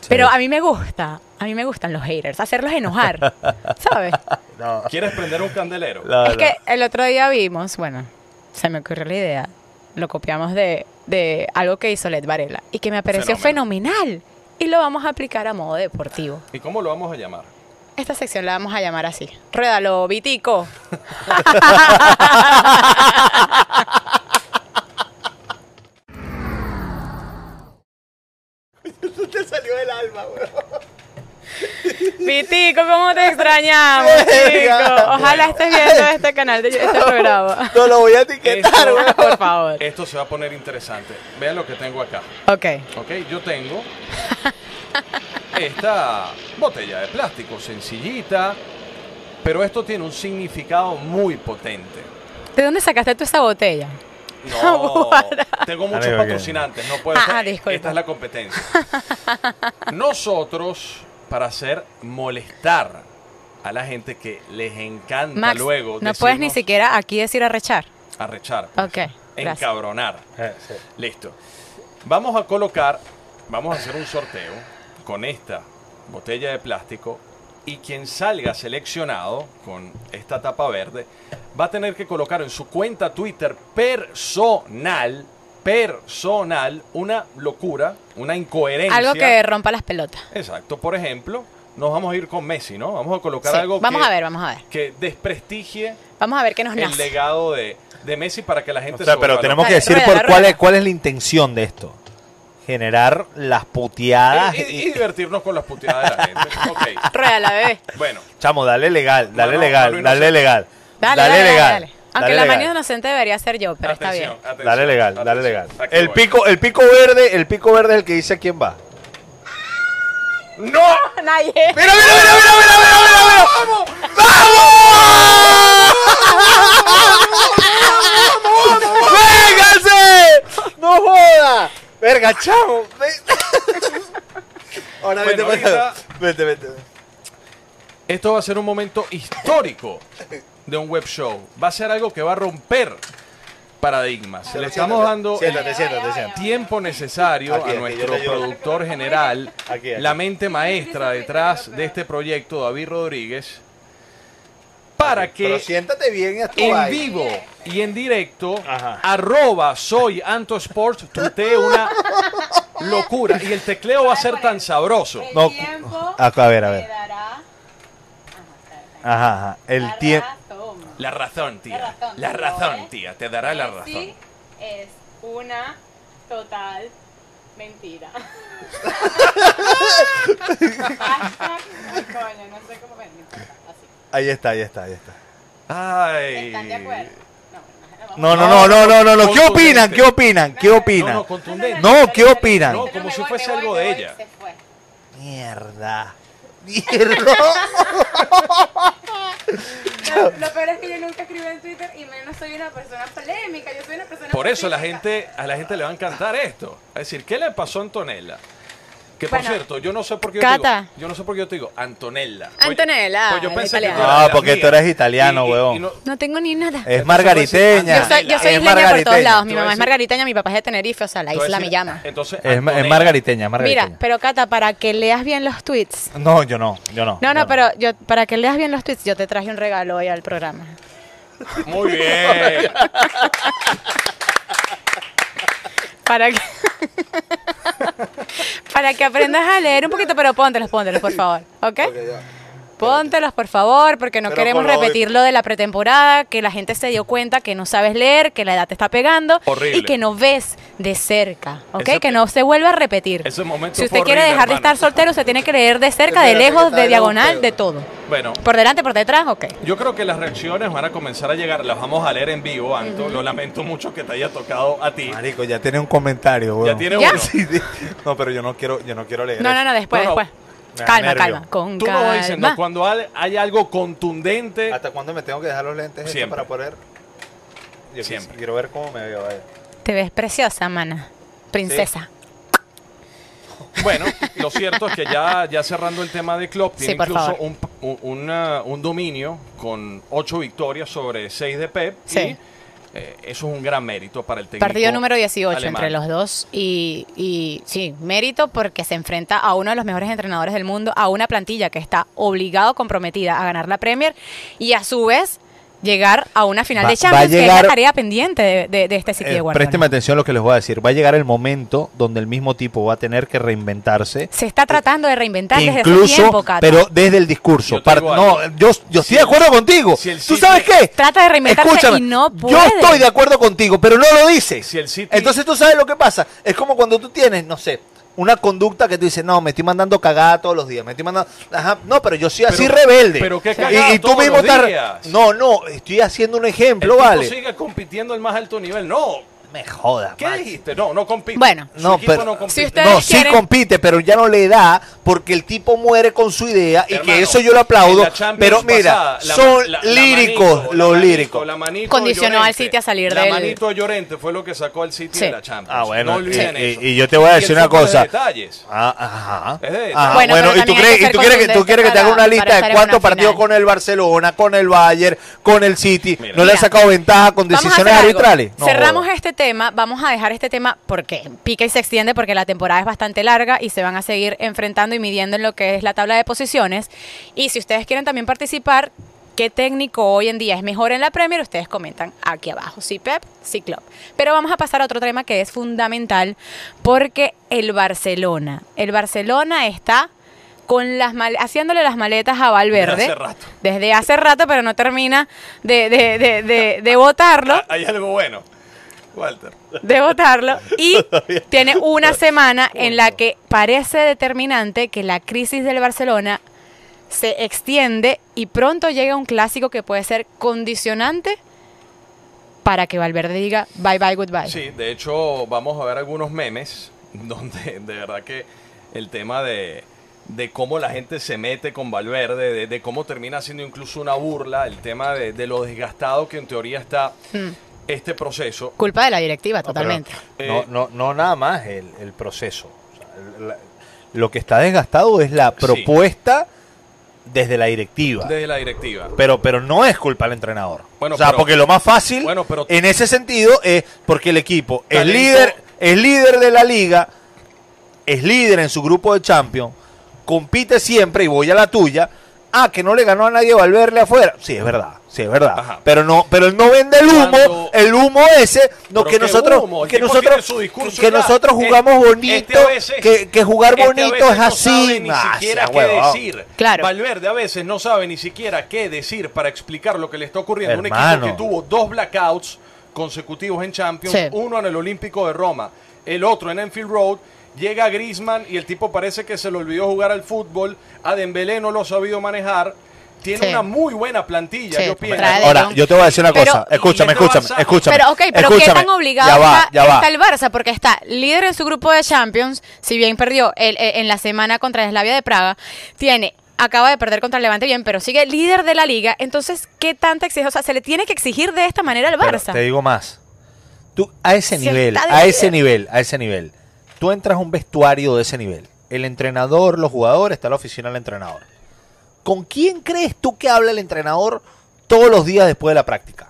Speaker 4: Sí.
Speaker 2: Pero a mí me gusta. A mí me gustan los haters. Hacerlos enojar. ¿Sabes?
Speaker 4: No,
Speaker 3: ¿Quieres prender un candelero?
Speaker 4: no,
Speaker 2: Es
Speaker 4: no.
Speaker 2: que el otro día vimos, bueno, se me ocurrió la idea, lo copiamos de, de algo que hizo Led Varela y que me pareció
Speaker 3: Fenómeno.
Speaker 2: fenomenal. Y lo vamos a aplicar a modo deportivo.
Speaker 3: ¿Y cómo lo vamos a llamar?
Speaker 2: Esta sección la vamos a llamar así. Ruédalo, Vitico. Vitico, ¿cómo te extrañamos, chico?
Speaker 4: Verga.
Speaker 2: Ojalá estés viendo este canal, de este programa.
Speaker 4: No lo voy a
Speaker 3: Esto,
Speaker 4: etiquetar, güey.
Speaker 2: (laughs) Por favor.
Speaker 3: esto se va a poner interesante. Vean lo que tengo acá.
Speaker 2: Ok.
Speaker 3: Ok, yo tengo (laughs) esta botella de plástico sencillita, pero esto tiene un significado muy potente.
Speaker 2: ¿De dónde sacaste tú esa botella? (laughs)
Speaker 3: No, tengo muchos
Speaker 4: Amigo, ¿qué?
Speaker 3: patrocinantes, no puedo.
Speaker 2: Ah, ah, disculpa.
Speaker 3: Esta es la competencia. Nosotros, para hacer molestar a la gente que les encanta
Speaker 2: Max,
Speaker 3: luego
Speaker 2: no puedes ni
Speaker 3: decirnos
Speaker 2: siquiera aquí decir arrechar.
Speaker 3: arrechar, pues.
Speaker 2: Ok, gracias.
Speaker 3: encabronar.
Speaker 4: Ah,
Speaker 3: Listo. Vamos a colocar, vamos a hacer un sorteo con esta botella de plástico y quien salga seleccionado con esta tapa verde va a tener que colocar en su cuenta Twitter personal, personal, una locura, una incoherencia.
Speaker 2: Algo que rompa las pelotas.
Speaker 3: Exacto. Por ejemplo, nos vamos a ir con Messi, ¿no? Vamos a colocar
Speaker 2: Sí,
Speaker 3: algo
Speaker 2: Vamos
Speaker 3: que,
Speaker 2: a ver, vamos a ver.
Speaker 3: que desprestigie
Speaker 2: Vamos a ver qué nos
Speaker 3: el
Speaker 2: nace.
Speaker 3: legado de, de Messi para que la
Speaker 4: O
Speaker 3: gente
Speaker 4: sea,
Speaker 3: se
Speaker 4: pero
Speaker 3: vuelva
Speaker 4: tenemos que
Speaker 2: Dale,
Speaker 4: decir
Speaker 2: rueda,
Speaker 4: por cuál
Speaker 2: rueda.
Speaker 4: es, cuál es la intención de esto. Generar las puteadas.
Speaker 3: Y, y-
Speaker 4: y-
Speaker 3: y divertirnos con las puteadas de la
Speaker 4: (laughs)
Speaker 3: gente. Ok.
Speaker 2: Ruédala, bebé.
Speaker 3: Bueno,
Speaker 4: Chamo, dale legal, dale
Speaker 3: No, no,
Speaker 4: legal,
Speaker 3: no lo
Speaker 4: (laughs) dale
Speaker 3: inocente.
Speaker 4: legal.
Speaker 2: Dale, dale, dale.
Speaker 4: legal.
Speaker 2: dale. Aunque
Speaker 4: dale
Speaker 2: la
Speaker 4: legal,
Speaker 2: manía inocente debería ser yo, pero está bien.
Speaker 3: atención, atención,
Speaker 4: Dale legal, dale
Speaker 3: atención.
Speaker 4: legal.
Speaker 3: Aquí
Speaker 4: El
Speaker 3: voy.
Speaker 4: pico, el pico verde, el pico verde es el que dice a quién
Speaker 3: (laughs)
Speaker 4: va.
Speaker 3: ¡No!
Speaker 2: (laughs) Nadie.
Speaker 4: ¡Mira, mira, mira, mira, mira, mira, mira, mira! ¡Vamos! ¡Vamos! ¡Véngase! ¡No joda! ¡Verga,
Speaker 3: (laughs)
Speaker 4: chamo! Ve- Ahora vete, (laughs)
Speaker 3: Bueno,
Speaker 4: vete,
Speaker 3: ahorita-
Speaker 4: vete, vete.
Speaker 3: Esto va a ser un momento histórico de un web show. Va a ser algo que va a romper
Speaker 2: Ah,
Speaker 3: paradigmas. Le estamos dando
Speaker 4: Siéntate,
Speaker 3: el
Speaker 4: siéntate, siéntate.
Speaker 3: tiempo necesario
Speaker 4: Aquí,
Speaker 3: a
Speaker 4: aquí,
Speaker 3: nuestro
Speaker 4: yo te ayudo.
Speaker 3: productor general,
Speaker 4: Aquí, aquí.
Speaker 3: la mente maestra detrás de este proyecto, David Rodríguez, para
Speaker 4: Pero
Speaker 3: que
Speaker 4: siéntate bien y haz tu
Speaker 3: en
Speaker 4: vaina.
Speaker 3: vivo y en directo,
Speaker 4: Ajá.
Speaker 3: arroba soy Anto Sports, tuitee una locura. Y el tecleo va a ser tan sabroso.
Speaker 4: No,
Speaker 6: tiempo
Speaker 4: Ah, a, a ver, a ver.
Speaker 6: te dará
Speaker 4: Ajá, ajá. El
Speaker 6: la
Speaker 4: tiempo.
Speaker 6: razón.
Speaker 3: La razón, tía. La
Speaker 6: La razón,
Speaker 3: razón,
Speaker 6: ¿eh?
Speaker 3: tía. Te dará la razón.
Speaker 6: Sí, es una total
Speaker 4: (laughs)
Speaker 6: mentira. Hashtag, ay, coño, no sé cómo verlo. Así.
Speaker 4: Ahí está, ahí está, ahí está.
Speaker 3: Ay.
Speaker 6: ¿Están de acuerdo? No,
Speaker 4: Eh, No, no, no, no, no, no, no. ¿Qué
Speaker 3: Contundente.
Speaker 4: opinan? ¿Qué opinan? ¿Qué
Speaker 3: No,
Speaker 4: opinan?
Speaker 3: no, contundente.
Speaker 4: No, ¿qué opinan?
Speaker 3: No, como
Speaker 6: me
Speaker 3: si
Speaker 6: voy,
Speaker 3: fuese
Speaker 6: me
Speaker 3: algo
Speaker 6: voy,
Speaker 3: de
Speaker 6: me voy,
Speaker 3: ella.
Speaker 6: se fue.
Speaker 4: Mierda. Mierda.
Speaker 2: (laughs)
Speaker 6: Lo, lo peor es que yo nunca escribo en Twitter y menos soy una persona polémica. Yo soy una persona
Speaker 3: Por eso la
Speaker 6: pacífica.
Speaker 3: gente, a la gente le va a encantar esto. Es decir, ¿qué le pasó a Antonella? Que por
Speaker 6: Bueno.
Speaker 3: cierto, yo no sé por qué yo
Speaker 2: Cata. ah,
Speaker 3: te digo. Yo no sé por qué yo te digo Antonella.
Speaker 6: Antonella,
Speaker 3: Pues yo
Speaker 6: la
Speaker 3: pensé que tú
Speaker 6: italiana.
Speaker 3: eras
Speaker 4: No,
Speaker 3: de
Speaker 4: porque
Speaker 3: las
Speaker 4: tú eres
Speaker 3: mías. Y-
Speaker 4: italiano,
Speaker 3: y-
Speaker 4: huevón.
Speaker 3: y no-
Speaker 2: (laughs) No tengo ni nada.
Speaker 4: Es
Speaker 2: Yo
Speaker 4: margariteña.
Speaker 2: soy, yo soy
Speaker 4: es
Speaker 2: isleña por todos lados. Mi
Speaker 3: Te voy a
Speaker 2: mamá es
Speaker 3: decir-
Speaker 2: margariteña, mi papá es de Tenerife, o sea, la
Speaker 3: te voy a
Speaker 2: isla me
Speaker 3: decir-
Speaker 2: llama.
Speaker 3: Entonces,
Speaker 4: Es, ma- es
Speaker 3: Antonella.
Speaker 4: margariteña, es margariteña.
Speaker 2: Mira, pero Cata, para que leas bien los tweets.
Speaker 4: No, yo no, yo no.
Speaker 2: No,
Speaker 4: yo
Speaker 2: no, pero yo para que leas bien los tweets, yo te traje un regalo hoy al programa.
Speaker 3: Muy bien.
Speaker 2: Para que, (laughs) para que aprendas a leer un poquito, pero póntelos, póntelos, por favor. ¿Ok? Póntelos, por favor, porque no
Speaker 4: Pero
Speaker 2: queremos
Speaker 4: con lo de-
Speaker 2: repetir lo de la pretemporada, que la gente se dio cuenta que no sabes leer, que la edad te está pegando
Speaker 3: Horrible.
Speaker 2: y que no ves de cerca, ¿ok?
Speaker 3: Ese-
Speaker 2: que no se vuelva a repetir.
Speaker 3: ese momento
Speaker 2: si
Speaker 3: fue
Speaker 2: usted quiere
Speaker 3: horrible,
Speaker 2: dejar de
Speaker 3: hermano.
Speaker 2: estar soltero, usted tiene que leer de cerca, de
Speaker 5: Espérate, que
Speaker 2: lejos,
Speaker 5: está
Speaker 2: de
Speaker 5: el
Speaker 2: diagonal,
Speaker 5: agujero.
Speaker 2: de todo.
Speaker 3: Bueno,
Speaker 2: Por delante, por detrás, ok.
Speaker 3: Yo creo que las reacciones van a comenzar a llegar. Las vamos a leer en vivo, Anto. Lo lamento mucho que te haya tocado a ti.
Speaker 4: Marico, ya tiene un comentario, huevón.
Speaker 3: ya
Speaker 4: (laughs)
Speaker 3: tiene
Speaker 2: Ya.
Speaker 3: uno.
Speaker 4: Sí, sí. No, pero yo no quiero, yo no quiero leer.
Speaker 2: No, no, no,
Speaker 4: eso.
Speaker 2: después,
Speaker 3: No, no.
Speaker 2: después.
Speaker 4: Me da
Speaker 2: Calma,
Speaker 4: nervio.
Speaker 2: calma, con
Speaker 3: Tú nos
Speaker 2: calma.
Speaker 3: vas diciendo, cuando al- hay algo contundente,
Speaker 4: ¿Hasta cuándo me tengo que dejar los lentes estos
Speaker 3: Siempre.
Speaker 4: para poder? Yo
Speaker 3: Siempre.
Speaker 4: Quiero ver cómo me veo. Vaya.
Speaker 2: Te ves preciosa, mana. Princesa.
Speaker 3: Bueno, lo cierto es que ya, ya cerrando el tema de Klopp, tiene
Speaker 2: Sí, por
Speaker 3: incluso
Speaker 2: favor.
Speaker 3: un, un- una- un dominio con ocho victorias sobre seis de Pep.
Speaker 2: Sí.
Speaker 3: y, eh, eso es un gran mérito para el técnico.
Speaker 2: Partido número 18 entre
Speaker 3: alemán.
Speaker 2: los dos y, y sí, mérito porque se enfrenta a uno de los mejores entrenadores del mundo, a una plantilla que está obligado, comprometida a ganar la Premier y a su vez llegar a una final
Speaker 4: Va-
Speaker 2: de
Speaker 4: va a
Speaker 2: Champions, que es
Speaker 4: llegar-
Speaker 2: la tarea pendiente de, de- de este sitio
Speaker 4: Eh,
Speaker 2: de
Speaker 4: présteme
Speaker 2: Guardiola.
Speaker 4: atención a lo que les voy a decir. Va a llegar el momento donde el mismo tipo va a tener que reinventarse.
Speaker 2: Se está tratando de reinventar desde hace
Speaker 4: Incluso,
Speaker 2: tiempo, Cata.
Speaker 4: pero desde el discurso.
Speaker 3: Yo te digo
Speaker 4: Par-
Speaker 3: algo.
Speaker 4: no, yo, yo estoy de acuerdo contigo.
Speaker 3: si el
Speaker 4: ¿Tú
Speaker 3: City-
Speaker 4: sabes qué?
Speaker 2: Trata de reinventarse
Speaker 4: Escúchame,
Speaker 2: y no puede.
Speaker 4: Yo estoy de acuerdo contigo, pero no lo dices.
Speaker 3: Si el City-
Speaker 4: Entonces tú sabes lo que pasa. Es como cuando tú tienes, no sé, una conducta que tú dices, no, me estoy mandando cagada todos los días. Me estoy mandando. Ajá, no, pero yo soy así
Speaker 3: Pero-
Speaker 4: rebelde.
Speaker 3: pero qué
Speaker 4: Y-
Speaker 3: cagada
Speaker 4: y, tú
Speaker 3: todos
Speaker 4: mismo
Speaker 3: los
Speaker 4: estás-
Speaker 3: días.
Speaker 4: No, no, estoy haciendo un
Speaker 3: El
Speaker 4: ejemplo,
Speaker 3: tipo
Speaker 4: vale.
Speaker 3: sigue compitiendo al más alto nivel. No.
Speaker 4: Me joda.
Speaker 3: ¿Qué
Speaker 4: Max.
Speaker 3: dijiste? No, no compite.
Speaker 2: Bueno.
Speaker 3: Su
Speaker 4: No,
Speaker 3: equipo
Speaker 4: pero-
Speaker 3: no
Speaker 4: Si
Speaker 3: compite.
Speaker 2: usted-
Speaker 4: No,
Speaker 2: Ustedes
Speaker 4: sí
Speaker 2: quieren-
Speaker 4: compite, pero ya no le da porque el tipo muere con su idea y
Speaker 3: Hermano,
Speaker 4: que eso yo
Speaker 3: en
Speaker 4: lo aplaudo.
Speaker 3: la Champions
Speaker 4: Pero mira,
Speaker 3: pasada, la-
Speaker 4: son
Speaker 3: la- la
Speaker 4: líricos
Speaker 3: manito,
Speaker 4: los
Speaker 3: la manito,
Speaker 4: líricos.
Speaker 3: la manito de
Speaker 2: Condicionó al
Speaker 3: Llorente.
Speaker 2: City a salir
Speaker 3: la
Speaker 2: del-
Speaker 3: manito de Llorente fue lo que sacó al City
Speaker 2: Sí.
Speaker 3: de la Champions.
Speaker 4: Ah, bueno,
Speaker 3: No olviden
Speaker 4: y- y-
Speaker 3: eso.
Speaker 4: y yo te voy a decir
Speaker 3: el
Speaker 4: una
Speaker 3: fútbol es de
Speaker 4: cosa.
Speaker 3: detalles. (laughs)
Speaker 4: Ah, ajá.
Speaker 3: Es de-
Speaker 2: Bueno,
Speaker 4: Ajá, Bueno,
Speaker 2: pero
Speaker 4: ¿y
Speaker 2: también hay
Speaker 4: tú crees,
Speaker 2: que
Speaker 4: y tú
Speaker 2: ser
Speaker 4: quieres que, tú quieres que te haga
Speaker 2: contundente
Speaker 4: una lista
Speaker 2: para
Speaker 4: de cuántos
Speaker 2: estar en una
Speaker 4: partidos
Speaker 2: final?
Speaker 4: con el Barcelona, con el Bayern, con el City?
Speaker 3: Mira.
Speaker 4: ¿No le ha
Speaker 2: Mira.
Speaker 4: sacado ventaja con
Speaker 2: Vamos a
Speaker 4: decisiones
Speaker 2: hacer algo.
Speaker 4: arbitrales? No,
Speaker 2: Cerramos
Speaker 4: joda.
Speaker 2: este tema, vamos a dejar este tema porque pica y se extiende porque la temporada es bastante larga y se van a seguir enfrentando y midiendo en lo que es la tabla de posiciones. Y si ustedes quieren también participar, ¿qué técnico hoy en día es mejor en la Premier? Ustedes comentan aquí abajo, si Pep, si Klopp. Pero vamos a pasar a otro tema que es fundamental porque el Barcelona, el Barcelona está con las mal- haciéndole las maletas a Valverde
Speaker 3: Desde hace rato.
Speaker 2: desde hace rato, pero no termina de, de, de, de, de votarlo,
Speaker 3: Ah, Hay algo bueno. Walter.
Speaker 2: de votarlo, y
Speaker 4: (laughs)
Speaker 2: tiene una semana en la que parece determinante que la crisis del Barcelona se extiende y pronto llega un clásico que puede ser condicionante para que Valverde diga bye bye goodbye.
Speaker 3: Sí, de hecho, vamos a ver algunos memes (laughs) donde de verdad que el tema de, de cómo la gente se mete con Valverde, de, de cómo termina siendo incluso una burla, el tema de, de lo desgastado que en teoría está este proceso.
Speaker 2: Culpa de la directiva,
Speaker 4: No, pero-
Speaker 2: totalmente.
Speaker 3: Eh,
Speaker 4: No, no, no nada más el, el proceso. O sea, el- la- lo que está desgastado es la propuesta desde la directiva.
Speaker 3: Desde la directiva.
Speaker 4: Pero, pero no es culpa del entrenador.
Speaker 3: Bueno,
Speaker 4: o sea,
Speaker 3: pero-
Speaker 4: porque lo más fácil
Speaker 3: Bueno, pero-
Speaker 4: en ese sentido es porque el equipo es
Speaker 3: Talento-
Speaker 4: líder, es líder de la liga, es líder en su grupo de Champions, compite siempre y voy a la tuya. Ah, que no le ganó a nadie Valverde afuera. Sí, es verdad, sí, es verdad.
Speaker 3: Ajá.
Speaker 4: Pero no, pero él no vende el humo,
Speaker 3: Cuando-
Speaker 4: el humo ese, no
Speaker 3: Pero
Speaker 4: que
Speaker 3: qué
Speaker 4: nosotros,
Speaker 3: humo, el
Speaker 4: que
Speaker 3: tipo tiene
Speaker 4: nosotros,
Speaker 3: su discurso
Speaker 4: que
Speaker 3: ya.
Speaker 4: nosotros jugamos
Speaker 3: Este-
Speaker 4: bonito,
Speaker 3: este a veces-
Speaker 4: que, que jugar
Speaker 3: este a
Speaker 4: bonito
Speaker 3: veces
Speaker 4: es
Speaker 3: no
Speaker 4: así.
Speaker 3: sabe ni
Speaker 4: Ah,
Speaker 3: siquiera
Speaker 4: sea
Speaker 3: qué
Speaker 4: huevón.
Speaker 3: decir.
Speaker 2: Claro.
Speaker 3: Valverde a veces no sabe ni siquiera qué decir para explicar lo que le está ocurriendo. Un equipo
Speaker 4: Hermano.
Speaker 3: que tuvo dos blackouts consecutivos en Champions,
Speaker 2: Sí.
Speaker 3: uno en el Olímpico de Roma, el otro en Enfield Road. Llega Griezmann y el tipo parece que se le olvidó jugar al fútbol. A Dembélé no lo ha sabido manejar. Tiene
Speaker 2: Sí.
Speaker 3: una muy buena plantilla,
Speaker 2: Sí,
Speaker 3: yo pienso.
Speaker 2: trae de
Speaker 4: Ahora,
Speaker 2: Jong.
Speaker 4: yo te voy a decir una
Speaker 2: Pero-
Speaker 4: cosa. Escúchame,
Speaker 3: y no
Speaker 4: escúchame,
Speaker 3: vas a-
Speaker 4: escúchame.
Speaker 2: Pero, ok, pero ¿qué
Speaker 4: escúchame.
Speaker 2: tan obligado
Speaker 4: Ya va,
Speaker 2: está,
Speaker 4: ya va.
Speaker 2: está el Barça? Porque está líder en su grupo de Champions, si bien perdió el- eh, en la semana contra Eslavia de Praga, tiene acaba de perder contra el Levante bien, pero sigue líder de la liga. Entonces, ¿qué tanta exigencia? O sea, se le tiene que exigir de esta manera al
Speaker 4: Pero
Speaker 2: Barça.
Speaker 4: te digo más. Tú, a ese
Speaker 2: Se
Speaker 4: nivel,
Speaker 2: está
Speaker 4: a ese
Speaker 2: debiendo.
Speaker 4: nivel, a ese nivel, tú entras a un vestuario de ese nivel el entrenador, los jugadores, está la oficina del entrenador. ¿Con quién crees tú que habla el entrenador todos los días después de la práctica?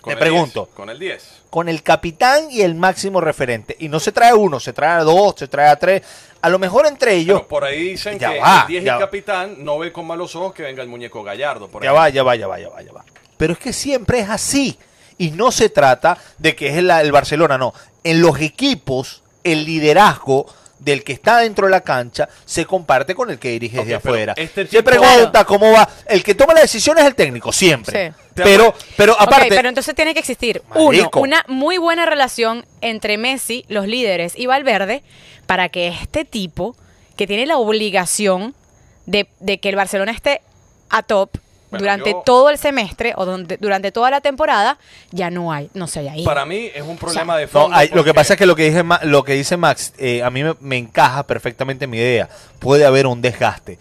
Speaker 3: Con
Speaker 4: Te
Speaker 3: el
Speaker 4: pregunto.
Speaker 3: 10, con el 10.
Speaker 4: con el capitán y el máximo referente. Y no se trae uno, se trae a dos, se trae a tres. A lo mejor entre ellos.
Speaker 3: Pero por ahí dicen
Speaker 4: Ya
Speaker 3: que
Speaker 4: va,
Speaker 3: el 10 y
Speaker 4: ya
Speaker 3: el
Speaker 4: va.
Speaker 3: capitán no ve con malos ojos que venga el muñeco gallardo. Por
Speaker 4: ya
Speaker 3: ahí.
Speaker 4: va, ya va, ya va, ya va, ya va. Pero es que siempre es así. Y no se trata de que es el, el Barcelona, no. En los equipos, el liderazgo del que está dentro de la cancha se comparte con el que dirige desde
Speaker 3: Ok, pero
Speaker 4: afuera.
Speaker 3: este
Speaker 4: se
Speaker 3: tipo-
Speaker 4: pregunta cómo va. El que toma la decisión es el técnico, siempre.
Speaker 2: Sí.
Speaker 4: Pero, (laughs) pero
Speaker 2: Ok,
Speaker 4: aparte.
Speaker 2: pero entonces tiene que existir,
Speaker 4: Marico.
Speaker 2: uno, una muy buena relación entre Messi, los líderes y Valverde, para que este tipo, que tiene la obligación de, de que el Barcelona esté a top
Speaker 3: Bueno,
Speaker 2: durante
Speaker 3: yo-
Speaker 2: todo el semestre o donde, durante toda la temporada, ya no hay, no se haya ido.
Speaker 3: Para mí es un problema de
Speaker 4: No,
Speaker 3: fondo.
Speaker 4: hay- lo que
Speaker 3: porque-
Speaker 4: pasa es que lo que, dije Ma- lo que dice Max, eh, a mí me, me encaja perfectamente mi idea. Puede haber un desgaste.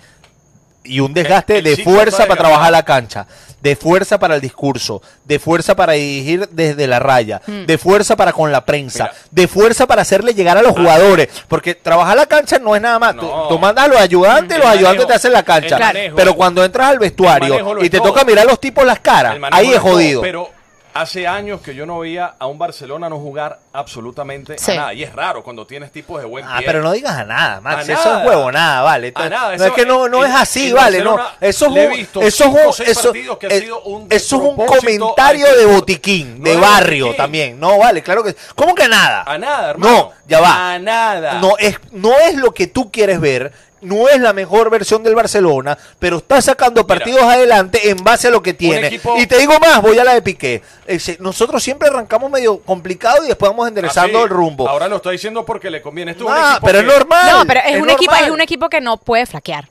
Speaker 4: Y un desgaste
Speaker 3: el
Speaker 4: de
Speaker 3: ciclo
Speaker 4: fuerza
Speaker 3: está
Speaker 4: para trabajar la cancha, de fuerza para el discurso, de fuerza para dirigir desde la raya, de fuerza para con la prensa,
Speaker 3: Mira. Ah.
Speaker 4: de fuerza para hacerle llegar a los jugadores. Porque trabajar la cancha no es nada más. Tú,
Speaker 3: No.
Speaker 4: tú mandas a los ayudantes
Speaker 3: El
Speaker 4: y los ayudantes
Speaker 3: manejo,
Speaker 4: te hacen la cancha.
Speaker 3: el manejo.
Speaker 4: Pero cuando entras al
Speaker 3: manejo
Speaker 4: vestuario
Speaker 3: lo
Speaker 4: y
Speaker 3: es
Speaker 4: te
Speaker 3: todo.
Speaker 4: toca mirar a los tipos las caras,
Speaker 3: El manejo
Speaker 4: ahí
Speaker 3: de
Speaker 4: es
Speaker 3: todo,
Speaker 4: jodido.
Speaker 3: Pero hace años que yo no veía a un Barcelona no jugar absolutamente
Speaker 2: Sí.
Speaker 3: a nada. Y es raro cuando tienes tipos de buen
Speaker 4: Ah,
Speaker 3: pie.
Speaker 4: pero no digas a nada, Max.
Speaker 3: A
Speaker 4: eso
Speaker 3: nada.
Speaker 4: es huevo, nada, vale.
Speaker 3: A nada,
Speaker 4: no
Speaker 3: eso
Speaker 4: es que no, no
Speaker 3: en-
Speaker 4: es así,
Speaker 3: en
Speaker 4: vale. No,
Speaker 3: Barcelona
Speaker 4: eso es
Speaker 3: le he
Speaker 4: un,
Speaker 3: visto
Speaker 4: eso es
Speaker 3: cinco o
Speaker 4: un-
Speaker 3: seis
Speaker 4: eso-
Speaker 3: partidos que ha
Speaker 4: eh,
Speaker 3: sido un
Speaker 4: eso es un
Speaker 3: despropósito
Speaker 4: comentario
Speaker 3: al
Speaker 4: de
Speaker 3: fútbol.
Speaker 4: botiquín,
Speaker 3: No
Speaker 4: de
Speaker 3: es
Speaker 4: barrio
Speaker 3: botiquín.
Speaker 4: también. No, vale, claro que. ¿Cómo que nada?
Speaker 3: A nada, hermano.
Speaker 4: No, ya va.
Speaker 3: A nada.
Speaker 4: No es, no es lo que tú quieres ver. No es la mejor versión del Barcelona, pero está sacando partidos adelante en base a lo que tiene.
Speaker 3: equipo-
Speaker 4: Y te digo más, voy a la de Piqué. Ese- Nosotros siempre arrancamos medio complicado y después
Speaker 3: Ah,
Speaker 4: vamos enderezando
Speaker 3: Así.
Speaker 4: el rumbo.
Speaker 3: Ahora lo estoy diciendo porque le conviene. Esto es un
Speaker 4: Ah,
Speaker 3: equipo
Speaker 4: pero
Speaker 3: que-
Speaker 4: es normal.
Speaker 2: no, pero es, un equipo, es
Speaker 4: normal.
Speaker 2: un equipo que no puede flaquear.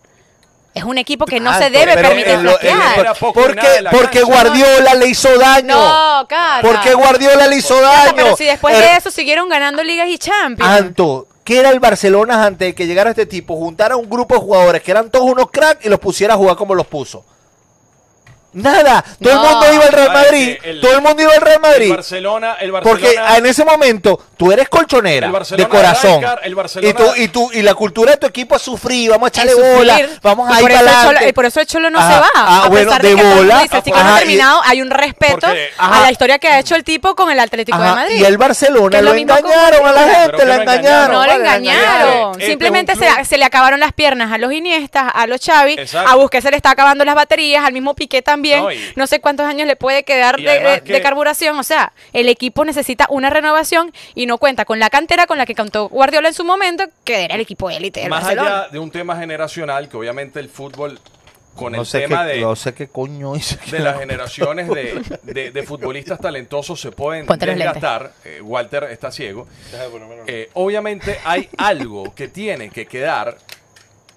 Speaker 2: Es un equipo que no
Speaker 4: Ah,
Speaker 2: se debe
Speaker 4: pero
Speaker 2: permitir
Speaker 4: en lo- en lo-
Speaker 2: flaquear.
Speaker 3: Era poco y nada
Speaker 4: porque
Speaker 3: en la
Speaker 4: porque
Speaker 3: cancha.
Speaker 4: Guardiola le hizo daño.
Speaker 2: No, cara.
Speaker 4: Porque Guardiola le hizo daño.
Speaker 2: Pero si después
Speaker 4: Eh,
Speaker 2: de eso siguieron ganando ligas y champions.
Speaker 4: Anto, ¿qué era el Barcelona antes de que llegara este tipo? Juntara un grupo de jugadores que eran todos unos cracks y los pusiera a jugar como los puso. Nada, todo
Speaker 2: No.
Speaker 4: el mundo iba al Real
Speaker 3: Parece
Speaker 4: Madrid,
Speaker 3: el-
Speaker 4: todo el mundo iba al Real
Speaker 3: El
Speaker 4: Madrid.
Speaker 3: Barcelona, el Barcelona.
Speaker 4: Porque en ese momento tú eres colchonera
Speaker 3: El
Speaker 4: de
Speaker 3: Barcelona
Speaker 4: corazón.
Speaker 3: arranca, el
Speaker 4: y,
Speaker 3: Barcelona-
Speaker 4: tú, y, tú, y la cultura de tu equipo es sufrir, vamos a
Speaker 2: el
Speaker 4: echarle bola,
Speaker 2: sufrir.
Speaker 4: vamos
Speaker 2: Y
Speaker 4: a ir
Speaker 2: por eso, el
Speaker 4: para
Speaker 2: Cholo, y por eso el Cholo no
Speaker 4: Ajá.
Speaker 2: se va.
Speaker 4: Ah,
Speaker 2: a
Speaker 4: bueno,
Speaker 2: pesar
Speaker 4: de
Speaker 2: de, que todo el mundo
Speaker 4: bola.
Speaker 2: dice, el ciclo no
Speaker 4: Ajá,
Speaker 2: ha
Speaker 4: y-
Speaker 2: terminado, hay un respeto
Speaker 3: Porque-
Speaker 4: Ajá.
Speaker 2: a la historia que ha hecho el tipo con el Atlético de
Speaker 4: Ajá,
Speaker 2: Madrid.
Speaker 4: Y el Barcelona
Speaker 2: Que
Speaker 4: lo,
Speaker 2: lo mismo como-
Speaker 4: engañaron a la
Speaker 3: Pero
Speaker 4: gente,
Speaker 3: que
Speaker 4: la
Speaker 3: lo
Speaker 4: engañaron.
Speaker 2: no
Speaker 3: engañaron,
Speaker 2: lo
Speaker 4: vale, la
Speaker 2: engañaron.
Speaker 3: Este es un
Speaker 2: Simplemente se,
Speaker 3: club.
Speaker 2: se le acabaron las piernas a los Iniestas, a los Xavi,
Speaker 3: Exacto.
Speaker 2: a Busquets se le está acabando las baterías, al mismo Piqué también.
Speaker 3: No,
Speaker 2: No,
Speaker 3: y-
Speaker 2: sé cuántos años le puede quedar
Speaker 3: Y
Speaker 2: de,
Speaker 3: además
Speaker 2: de-
Speaker 3: que-
Speaker 2: de carburación. O sea, el equipo necesita una renovación y no cuenta con la cantera con la que contó Guardiola en su momento, que era el equipo élite del
Speaker 3: Más
Speaker 2: Barcelona.
Speaker 3: allá de un tema generacional, que obviamente el fútbol, con
Speaker 4: No
Speaker 3: el
Speaker 4: sé
Speaker 3: tema
Speaker 4: qué-
Speaker 3: de,
Speaker 4: no sé qué coño hice.
Speaker 3: de las generaciones de, de- de futbolistas talentosos se pueden
Speaker 2: Ponte los
Speaker 3: desgastar. Eh, Walter está ciego. Eh, obviamente hay algo que tiene que quedar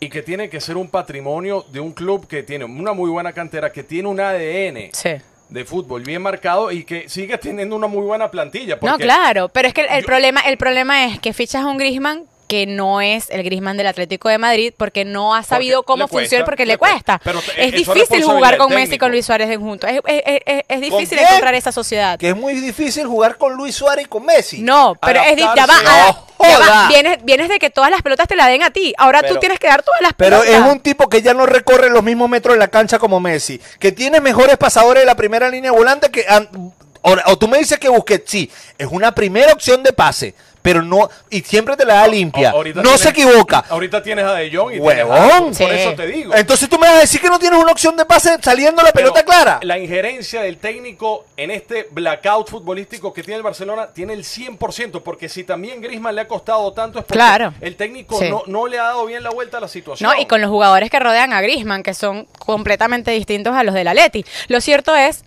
Speaker 3: y que tiene que ser un patrimonio de un club que tiene una muy buena cantera, que tiene un ADN
Speaker 2: Sí.
Speaker 3: de fútbol bien marcado y que sigue teniendo una muy buena plantilla.
Speaker 2: No,
Speaker 3: porque-
Speaker 2: claro, pero es que el, el
Speaker 3: yo-
Speaker 2: problema el problema es que fichas a un Griezmann que no es el Griezmann del Atlético de Madrid porque no ha sabido
Speaker 3: Porque
Speaker 2: cómo
Speaker 3: le cuesta,
Speaker 2: funciona porque le
Speaker 3: le cuesta.
Speaker 2: cuesta.
Speaker 3: Pero te-
Speaker 2: es
Speaker 3: eso es
Speaker 2: difícil jugar con
Speaker 3: responsabilidad del
Speaker 2: Messi y con
Speaker 3: técnico.
Speaker 2: Luis Suárez en juntos. Es, es- es- es- es difícil
Speaker 4: quién?
Speaker 2: encontrar esa sociedad.
Speaker 4: Que es muy difícil jugar con Luis Suárez y con Messi.
Speaker 2: No, pero es difícil. Ya va,
Speaker 3: Adaptarse.
Speaker 4: No
Speaker 2: ya va.
Speaker 4: joda.
Speaker 2: Vienes, vienes de que todas las pelotas te la den a ti. Ahora
Speaker 4: Pero-
Speaker 2: tú tienes que dar todas las
Speaker 4: Pero es
Speaker 2: pelotas.
Speaker 4: un tipo que ya no recorre los mismos metros en la cancha como Messi, que tiene mejores pasadores de la primera línea de volante que an- ahora, o tú me dices que Busquets sí, es una primera opción de pase, pero no y siempre te la da limpia.
Speaker 3: A- ahorita
Speaker 4: No
Speaker 3: tienes-
Speaker 4: se equivoca.
Speaker 3: Ahorita tienes a De Jong y tienes a-
Speaker 4: Huevón.
Speaker 3: por
Speaker 2: Sí.
Speaker 3: eso te digo.
Speaker 4: Entonces tú me vas a decir que no tienes una opción de pase saliendo la pelota
Speaker 3: Pero
Speaker 4: clara.
Speaker 3: La injerencia del técnico en este blackout futbolístico que tiene el Barcelona tiene el 100%, porque si también Griezmann le ha costado tanto es porque
Speaker 2: Claro.
Speaker 3: el técnico
Speaker 2: Sí.
Speaker 3: no, no le ha dado bien la vuelta a la situación.
Speaker 2: No, y con los jugadores que rodean a Griezmann, que son completamente distintos a los del Atleti. Lo cierto es,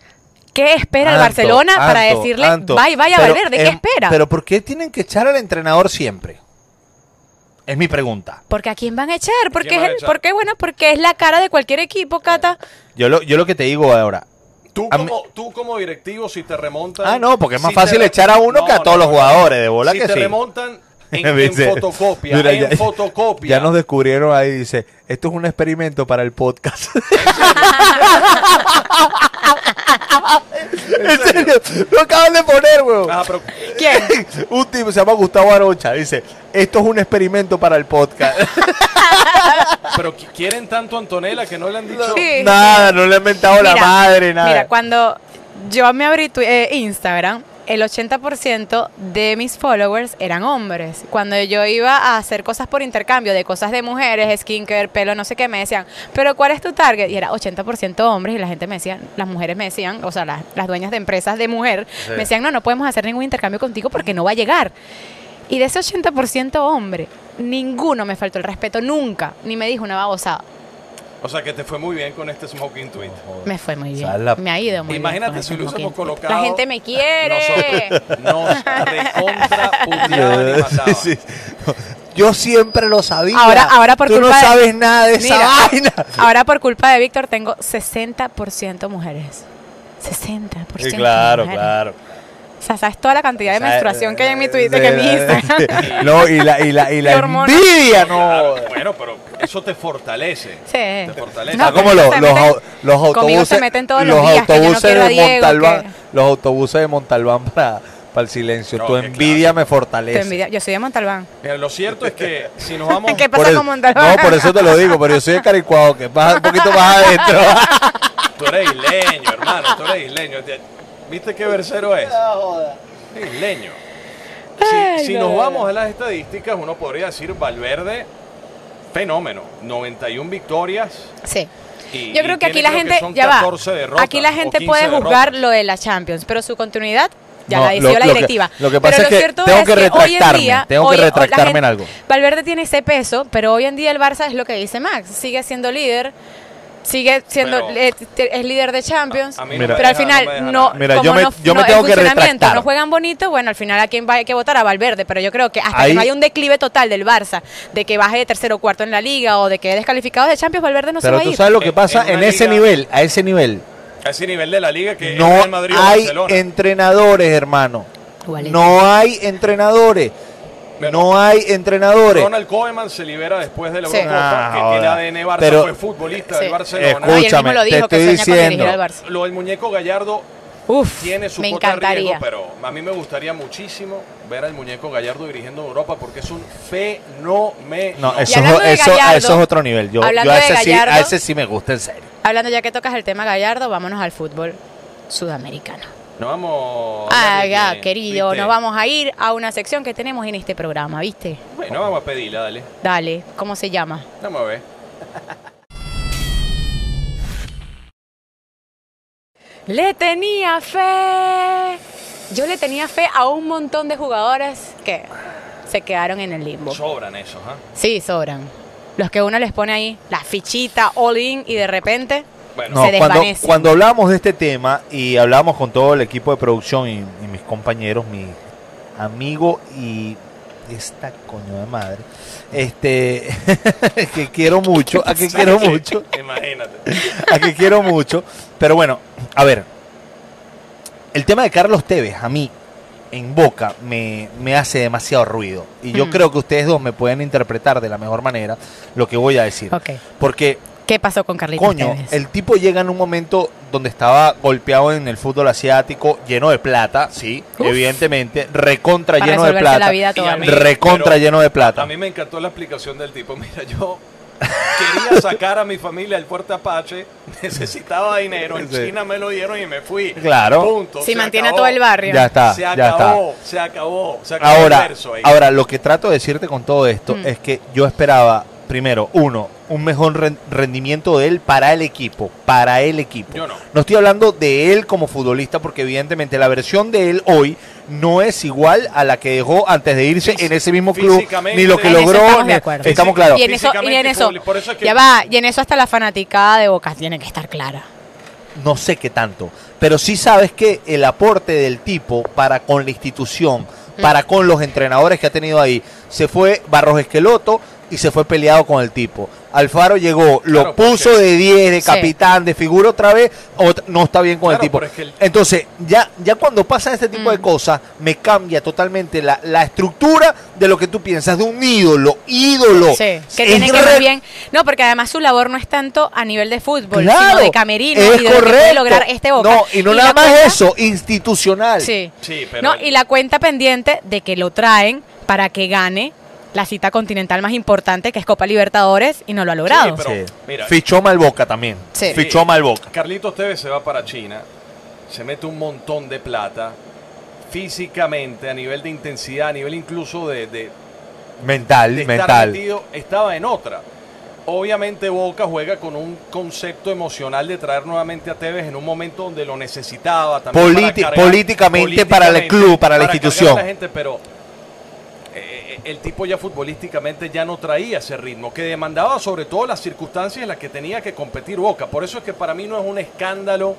Speaker 2: ¿qué espera el
Speaker 4: Anto,
Speaker 2: Barcelona para
Speaker 4: Anto,
Speaker 2: decirle
Speaker 4: Anto,
Speaker 2: bye, bye a
Speaker 4: pero,
Speaker 2: Valverde? ¿Qué
Speaker 4: em,
Speaker 2: espera?
Speaker 4: Pero ¿por qué tienen que echar al entrenador siempre? Es mi pregunta.
Speaker 2: Porque a quién van a echar, porque
Speaker 3: quién
Speaker 2: es
Speaker 3: van a
Speaker 2: el-
Speaker 3: echar?
Speaker 2: porque bueno, porque es la cara de cualquier equipo, Cata.
Speaker 4: Yo lo, yo lo que te digo ahora.
Speaker 3: tú,
Speaker 4: a
Speaker 3: como, tú como directivo, si te remontan...
Speaker 4: Ah, no, porque es más
Speaker 3: si te
Speaker 4: fácil
Speaker 3: re-
Speaker 4: echar a uno
Speaker 3: No,
Speaker 4: que a
Speaker 3: no,
Speaker 4: todos los
Speaker 3: no,
Speaker 4: jugadores de bola
Speaker 3: Si
Speaker 4: que
Speaker 3: te
Speaker 4: sí. (laughs)
Speaker 3: remontan en,
Speaker 4: Me
Speaker 3: en
Speaker 4: dice,
Speaker 3: fotocopia,
Speaker 4: mira,
Speaker 3: en
Speaker 4: ya-
Speaker 3: fotocopia.
Speaker 4: Ya nos descubrieron ahí, dice, esto es un experimento para el podcast. (laughs) ¿En serio? Lo acaban de poner, weón.
Speaker 3: Ajá, Ah, pero
Speaker 2: ¿Quién?
Speaker 4: Un tipo se llama Gustavo Arocha. Dice: Esto es un experimento para el podcast.
Speaker 3: Pero qui- quieren tanto a Antonella que no le han dicho.
Speaker 2: Sí.
Speaker 4: nada, no le he inventado la
Speaker 2: Mira,
Speaker 4: madre, nada.
Speaker 2: Mira, cuando yo me abrí tu- eh, Instagram, el 80% de mis followers eran hombres. Cuando yo iba a hacer cosas por intercambio de cosas de mujeres, skincare, pelo, no sé qué, me decían, ¿pero cuál es tu target? Y era 80% hombres y la gente me decía, las mujeres me decían, o sea, las, las dueñas de empresas de mujer, me decían, no, no podemos hacer ningún intercambio contigo porque no va a llegar. Y de ese 80% hombre, ninguno me faltó el respeto nunca, ni me dijo una babosada.
Speaker 3: O sea que te fue muy bien con este smoking tweet.
Speaker 2: Me fue muy bien.
Speaker 4: Sala.
Speaker 2: Me ha ido muy
Speaker 3: Imagínate
Speaker 2: bien.
Speaker 3: si
Speaker 2: con
Speaker 3: lo
Speaker 2: este
Speaker 3: hubiésemos
Speaker 2: smoking.
Speaker 3: colocado.
Speaker 2: La gente me quiere.
Speaker 3: (laughs) Nosotros nos recontra puteaban y mataban.
Speaker 4: (laughs) Sí. Yo siempre lo sabía.
Speaker 2: Ahora, ahora por
Speaker 4: Tú
Speaker 2: culpa
Speaker 4: no
Speaker 2: de-
Speaker 4: sabes nada de esa
Speaker 2: Mira,
Speaker 4: vaina.
Speaker 2: Ahora por culpa de Víctor tengo 60% mujeres. 60%.
Speaker 4: Sí, claro,
Speaker 2: mujeres.
Speaker 4: claro.
Speaker 2: O sea, sabes toda la cantidad de
Speaker 4: O sea,
Speaker 2: menstruación que hay en mi Twitter,
Speaker 4: de-
Speaker 2: que en mi
Speaker 4: (laughs)
Speaker 2: Instagram.
Speaker 4: No, y la, y la,
Speaker 2: (laughs)
Speaker 4: y la
Speaker 2: Y hormonas.
Speaker 4: envidia, no.
Speaker 3: Claro, bueno, pero eso te fortalece. Te
Speaker 2: (laughs) Sí.
Speaker 3: fortalece.
Speaker 4: Está
Speaker 2: No,
Speaker 4: como
Speaker 2: conmigo
Speaker 4: los,
Speaker 2: se
Speaker 4: los,
Speaker 2: meten-
Speaker 4: au- los
Speaker 2: conmigo
Speaker 4: autobuses,
Speaker 2: se meten todos los
Speaker 4: los
Speaker 2: días, que yo no
Speaker 4: autobuses
Speaker 2: quiero a
Speaker 4: de
Speaker 2: Diego,
Speaker 4: Montalbán,
Speaker 2: que-
Speaker 4: los autobuses de Montalbán para, para el silencio.
Speaker 3: No,
Speaker 4: tu
Speaker 3: que
Speaker 4: envidia me
Speaker 2: Te
Speaker 4: fortalece.
Speaker 2: envidia. Yo soy de Montalbán.
Speaker 3: Mira, lo cierto es que si nos vamos.
Speaker 2: ¿Qué
Speaker 4: Por
Speaker 2: pasa
Speaker 4: el-
Speaker 2: con Montalbán?
Speaker 4: No, por eso te lo digo, pero yo soy de Caricuado, que pasa un poquito
Speaker 2: (laughs)
Speaker 4: más adentro.
Speaker 2: Ah,
Speaker 3: Tú eres isleño, hermano, tú eres isleño. Te- ¿Viste qué versero es? Isleño. Si,
Speaker 2: Ay,
Speaker 3: si
Speaker 2: no,
Speaker 3: nos
Speaker 2: no,
Speaker 3: vamos a las estadísticas, uno podría decir Valverde, fenómeno. 91 victorias.
Speaker 2: (laughs) Sí.
Speaker 3: y-
Speaker 2: Yo creo
Speaker 3: y
Speaker 2: que aquí
Speaker 3: tiene,
Speaker 2: la
Speaker 3: creo
Speaker 2: gente,
Speaker 3: son
Speaker 2: ya va,
Speaker 3: 14 derrotas
Speaker 2: aquí la
Speaker 3: o
Speaker 2: gente
Speaker 3: 15
Speaker 2: puede
Speaker 3: derrotas.
Speaker 2: juzgar lo de la Champions, pero su continuidad ya
Speaker 4: No,
Speaker 2: la decidió
Speaker 4: lo-
Speaker 2: la
Speaker 4: lo que-
Speaker 2: directiva.
Speaker 4: lo que pasa
Speaker 2: pero
Speaker 4: es que
Speaker 2: cierto
Speaker 4: tengo que
Speaker 2: hoy en
Speaker 4: retractarme, tengo que
Speaker 2: hoy- hoy la
Speaker 4: retractarme en algo.
Speaker 2: Valverde tiene ese peso, pero hoy en día el Barça es lo que dice Max, sigue siendo líder, sigue siendo
Speaker 3: Pero-
Speaker 2: eh, te- es líder de Champions,
Speaker 3: A- a mí no
Speaker 2: pero
Speaker 3: me
Speaker 2: al
Speaker 3: deja- no me deja
Speaker 2: final no,
Speaker 3: nada.
Speaker 4: Mira, yo
Speaker 2: como
Speaker 4: me-
Speaker 2: no-
Speaker 4: yo me
Speaker 2: no-
Speaker 4: tengo
Speaker 2: el
Speaker 4: que
Speaker 2: funcionamiento
Speaker 4: retractar.
Speaker 2: no juegan bonito, bueno, al final a quién va hay que votar a Valverde, pero yo creo que hasta
Speaker 4: Ahí-
Speaker 2: que no haya un declive total del Barça, de que baje de tercero o cuarto en la liga o de que descalificado de Champions, Valverde no se
Speaker 4: (laughs) Pero
Speaker 2: va a
Speaker 4: tú
Speaker 2: ir.
Speaker 4: sabes lo que
Speaker 3: En-
Speaker 4: pasa
Speaker 3: Eh, en
Speaker 4: en,
Speaker 3: una
Speaker 4: ese
Speaker 3: liga-
Speaker 4: nivel, a ese nivel.
Speaker 3: A ese nivel de la liga que es
Speaker 4: No
Speaker 3: Real Madrid o
Speaker 4: hay
Speaker 3: Barcelona.
Speaker 4: entrenadores, hermano.
Speaker 2: Igualito.
Speaker 4: No hay entrenadores.
Speaker 3: Pero-
Speaker 4: No hay entrenadores.
Speaker 3: Ronald Koeman se libera después de la
Speaker 2: Sí.
Speaker 3: Eurocopa,
Speaker 4: Ah,
Speaker 3: que
Speaker 4: joder.
Speaker 3: tiene ADN Barça,
Speaker 4: Pero-
Speaker 3: fue futbolista
Speaker 2: Sí.
Speaker 3: del Barcelona.
Speaker 2: No, y él mismo
Speaker 4: Escúchame,
Speaker 2: lo dijo,
Speaker 4: te
Speaker 2: que sueña
Speaker 4: estoy
Speaker 2: con dirigir al
Speaker 4: diciendo.
Speaker 2: Barça.
Speaker 3: Lo del muñeco Gallardo
Speaker 2: Uf,
Speaker 3: tiene su
Speaker 2: me
Speaker 3: cuota de riesgo,
Speaker 2: encantaría.
Speaker 3: pero a mí me gustaría muchísimo ver al muñeco Gallardo dirigiendo Europa porque es un fenómeno.
Speaker 4: No,
Speaker 2: es-
Speaker 4: eso, es-
Speaker 2: hablando de
Speaker 4: eso-
Speaker 2: Gallardo-
Speaker 4: eso es otro nivel. Yo, yo
Speaker 2: hablando
Speaker 4: a,
Speaker 2: de
Speaker 4: ese sí, a
Speaker 2: Gallardo-
Speaker 4: ese sí me gusta, en serio.
Speaker 2: Hablando ya que tocas el tema Gallardo, vámonos al fútbol sudamericano.
Speaker 3: Nos vamos.
Speaker 2: Ah,
Speaker 3: Dani,
Speaker 2: ya,
Speaker 3: eh,
Speaker 2: querido,
Speaker 3: ¿viste?
Speaker 2: nos vamos a ir a una sección que tenemos en este programa, ¿viste?
Speaker 3: Bueno, vamos a pedirla, dale.
Speaker 2: Dale, ¿cómo se llama?
Speaker 3: Vamos a ver.
Speaker 2: Le tenía fe. Yo le tenía fe a un montón de jugadores que se quedaron en el limbo.
Speaker 3: Sobran esos, ¿ah?
Speaker 2: Sí, sobran. Los que uno les pone ahí la fichita all in y de repente
Speaker 3: Bueno,
Speaker 4: No,
Speaker 2: se
Speaker 4: cuando,
Speaker 2: desvanece.
Speaker 4: cuando hablamos de este tema y hablamos con todo el equipo de producción y, y mis compañeros, mi amigo y esta coño de madre, este (laughs) que quiero mucho, a
Speaker 3: (laughs)
Speaker 4: que quiero mucho,
Speaker 3: Imagínate.
Speaker 4: (laughs) a que quiero mucho, pero bueno, a ver, el tema de Carlos Tevez a mí en boca me, me hace demasiado ruido y yo
Speaker 2: Mm.
Speaker 4: creo que ustedes dos me pueden interpretar de la mejor manera lo que voy a decir,
Speaker 2: Ok.
Speaker 4: porque
Speaker 2: ¿Qué pasó con Carlitos
Speaker 4: Coño,
Speaker 2: Tevez?
Speaker 4: el tipo llega en un momento donde estaba golpeado en el fútbol asiático, lleno de plata, sí,
Speaker 2: Uf.
Speaker 4: evidentemente, recontra
Speaker 2: Para
Speaker 4: lleno de
Speaker 2: resolverse
Speaker 4: plata.
Speaker 2: la vida a todo
Speaker 3: Y a
Speaker 2: el
Speaker 3: mí-
Speaker 2: mundo.
Speaker 4: Recontra
Speaker 3: pero
Speaker 4: lleno de plata.
Speaker 3: A mí me encantó la explicación del tipo. Mira, yo quería sacar a mi familia del fuerte Apache, (laughs) necesitaba dinero, en
Speaker 4: Sí.
Speaker 3: China me lo dieron y me fui.
Speaker 4: Claro.
Speaker 3: Punto.
Speaker 2: Si
Speaker 3: Se
Speaker 2: mantiene a
Speaker 3: acabó.
Speaker 2: todo el barrio.
Speaker 4: Ya está,
Speaker 3: Se
Speaker 4: ya
Speaker 3: acabó, se acabó, se
Speaker 4: está.
Speaker 3: acabó el
Speaker 4: Ahora,
Speaker 3: verso ahí.
Speaker 4: ahora, lo que trato de decirte con todo esto
Speaker 2: Mm.
Speaker 4: es que yo esperaba, primero, uno, un mejor ren- rendimiento de él para el equipo, para el equipo.
Speaker 3: Yo no.
Speaker 4: No estoy hablando de él como futbolista, porque evidentemente la versión de él hoy no es igual a la que dejó antes de irse en ese mismo club,
Speaker 3: físicamente-
Speaker 4: ni lo que
Speaker 2: En eso
Speaker 4: logró.
Speaker 2: estamos de
Speaker 4: ni-
Speaker 2: acuerdo.
Speaker 4: estamos claros.
Speaker 2: Y en eso, y en
Speaker 3: Físicamente,
Speaker 2: eso,
Speaker 3: por eso es que-
Speaker 2: ya va, y en eso hasta la fanaticada de Boca tiene que estar clara.
Speaker 4: no sé qué tanto, pero sí sabes que el aporte del tipo para con la institución, para con los entrenadores que ha tenido ahí, se fue Barros Esqueloto y se fue peleado con el tipo. Alfaro llegó, lo
Speaker 3: Claro, porque-
Speaker 4: puso de 10, de
Speaker 2: Sí.
Speaker 4: capitán, de figura otra vez, ot- no está bien con el
Speaker 3: Claro,
Speaker 4: tipo.
Speaker 3: pero es que el-
Speaker 4: Entonces, ya, ya cuando pasan este tipo de
Speaker 2: Mm.
Speaker 4: cosas, me cambia totalmente la, la estructura de lo que tú piensas de un ídolo ídolo.
Speaker 2: Sí, que
Speaker 4: Es
Speaker 2: tiene que ver
Speaker 4: re-
Speaker 2: bien. No, porque además su labor no es tanto a nivel de fútbol, sino
Speaker 4: Claro,
Speaker 2: de camerino
Speaker 4: es
Speaker 2: y de lo que puede
Speaker 4: correcto.
Speaker 2: lograr este Boca.
Speaker 4: No, y no nada
Speaker 2: la
Speaker 4: más
Speaker 2: cuenta-
Speaker 4: eso, institucional.
Speaker 2: Sí.
Speaker 3: Sí, pero-
Speaker 2: No, y la cuenta pendiente de que lo traen para que gane la cita continental más importante que es Copa Libertadores y no lo ha logrado.
Speaker 3: Sí, Pero, mira.
Speaker 4: Fichó mal Boca también.
Speaker 2: Sí.
Speaker 4: Fichó mal Boca.
Speaker 3: Carlitos Tevez se va para China, se mete un montón de plata, físicamente, a nivel de intensidad, a nivel incluso de, de-
Speaker 4: Mental,
Speaker 3: de estar
Speaker 4: mental.
Speaker 3: metido, estaba en otra. Obviamente Boca juega con un concepto emocional de traer nuevamente a Tevez en un momento donde lo necesitaba también.
Speaker 4: Politi- políticamente para el club, para la
Speaker 3: cargar
Speaker 4: institución.
Speaker 3: a la gente, pero eh, el tipo ya futbolísticamente ya no traía ese ritmo, que demandaba sobre todo las circunstancias en las que tenía que competir Boca. Por eso es que para mí no es un escándalo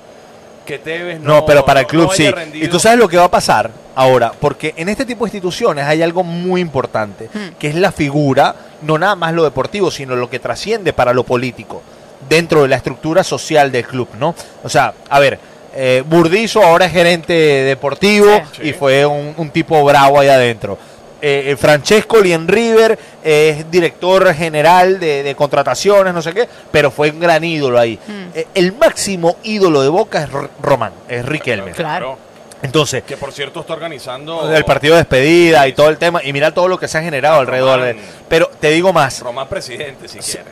Speaker 3: que Tevez no
Speaker 4: No, pero para el
Speaker 3: no
Speaker 4: club
Speaker 3: haya
Speaker 4: sí.
Speaker 3: rendido.
Speaker 4: Y tú sabes lo que va a pasar ahora, porque en este tipo de instituciones hay algo muy importante,
Speaker 2: Hmm.
Speaker 4: que es la figura, no nada más lo deportivo, sino lo que trasciende para lo político, dentro de la estructura social del club, ¿no? O sea, a ver, eh, Burdizo ahora es gerente deportivo
Speaker 3: Sí.
Speaker 4: y fue un, un tipo bravo ahí adentro. Eh, eh, Francesco Lien River eh, es director general de, de contrataciones, no sé qué, pero fue un gran ídolo ahí.
Speaker 2: Mm.
Speaker 4: Eh, el máximo ídolo de Boca es R- Román, es Riquelme.
Speaker 2: Claro.
Speaker 4: Entonces,
Speaker 3: Que por cierto está organizando
Speaker 4: el partido de despedida y todo el tema, y mira todo lo que se ha generado alrededor de...
Speaker 3: Román.
Speaker 4: Pero te digo más,
Speaker 3: Román presidente, si quiere.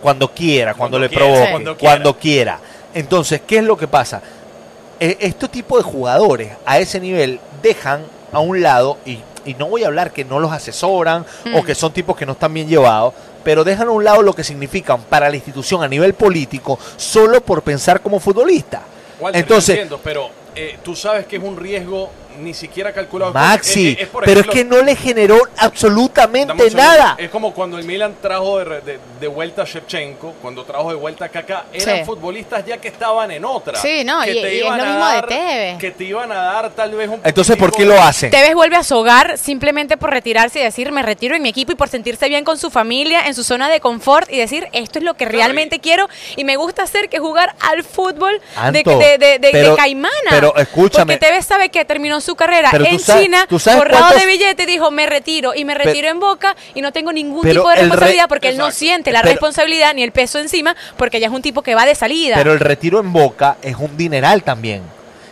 Speaker 4: cuando quiera,
Speaker 3: Cuando
Speaker 4: cuando, le
Speaker 3: quiera,
Speaker 4: provoque,
Speaker 3: cuando
Speaker 4: cuando,
Speaker 3: quiera.
Speaker 4: quiera. Entonces, ¿qué es lo que pasa? Eh, este tipo de jugadores a ese nivel dejan a un lado, y, y no voy a hablar que no los asesoran o que son tipos que no están bien llevados, pero dejan a un lado lo que significan para la institución a nivel político solo por pensar como futbolista.
Speaker 3: Walter,
Speaker 4: Entonces,
Speaker 3: yo entiendo, pero eh, tú sabes que es un riesgo ni siquiera calculado.
Speaker 4: Maxi,
Speaker 3: Es- es- es, por
Speaker 4: pero es
Speaker 3: ejemplo-
Speaker 4: que no le generó
Speaker 3: Dame un
Speaker 4: absolutamente
Speaker 3: segundo.
Speaker 4: nada.
Speaker 3: Es como cuando el Milan trajo de, re- de- de vuelta a Shevchenko, cuando trajo de vuelta a Kaká, eran
Speaker 2: Sí.
Speaker 3: futbolistas ya que estaban en otra.
Speaker 2: Sí, no,
Speaker 3: que
Speaker 2: y-
Speaker 3: te
Speaker 2: y es
Speaker 3: iban
Speaker 2: lo
Speaker 3: a
Speaker 2: mismo de
Speaker 3: dar-
Speaker 2: Tevez.
Speaker 3: Que te iban a dar tal vez un
Speaker 4: Entonces, ¿por qué
Speaker 3: poquitico
Speaker 4: lo
Speaker 3: de-
Speaker 4: hacen?
Speaker 2: Tevez vuelve a su hogar simplemente por retirarse y decir, me retiro en mi equipo y por sentirse bien con su familia, en su zona de confort y decir, esto es lo que realmente quiero y me gusta hacer que jugar al fútbol de,
Speaker 4: Anto,
Speaker 2: de- de- de- de
Speaker 4: pero-
Speaker 2: Caimana.
Speaker 4: pero escúchame.
Speaker 2: Porque Tevez sabe que terminó su carrera
Speaker 4: Pero tú
Speaker 2: en
Speaker 4: sabes-
Speaker 2: China,
Speaker 4: tú sabes
Speaker 2: borrado
Speaker 4: cuántos-
Speaker 2: de billete, dijo, me retiro y me
Speaker 4: Pero-
Speaker 2: retiro en Boca y no tengo ningún
Speaker 4: Pero
Speaker 2: tipo de
Speaker 4: el re-
Speaker 2: responsabilidad porque él no
Speaker 3: Exacto.
Speaker 2: siente la
Speaker 4: Pero-
Speaker 2: responsabilidad ni el peso encima porque ya es un tipo que va de salida.
Speaker 4: Pero el retiro en Boca es un dineral también.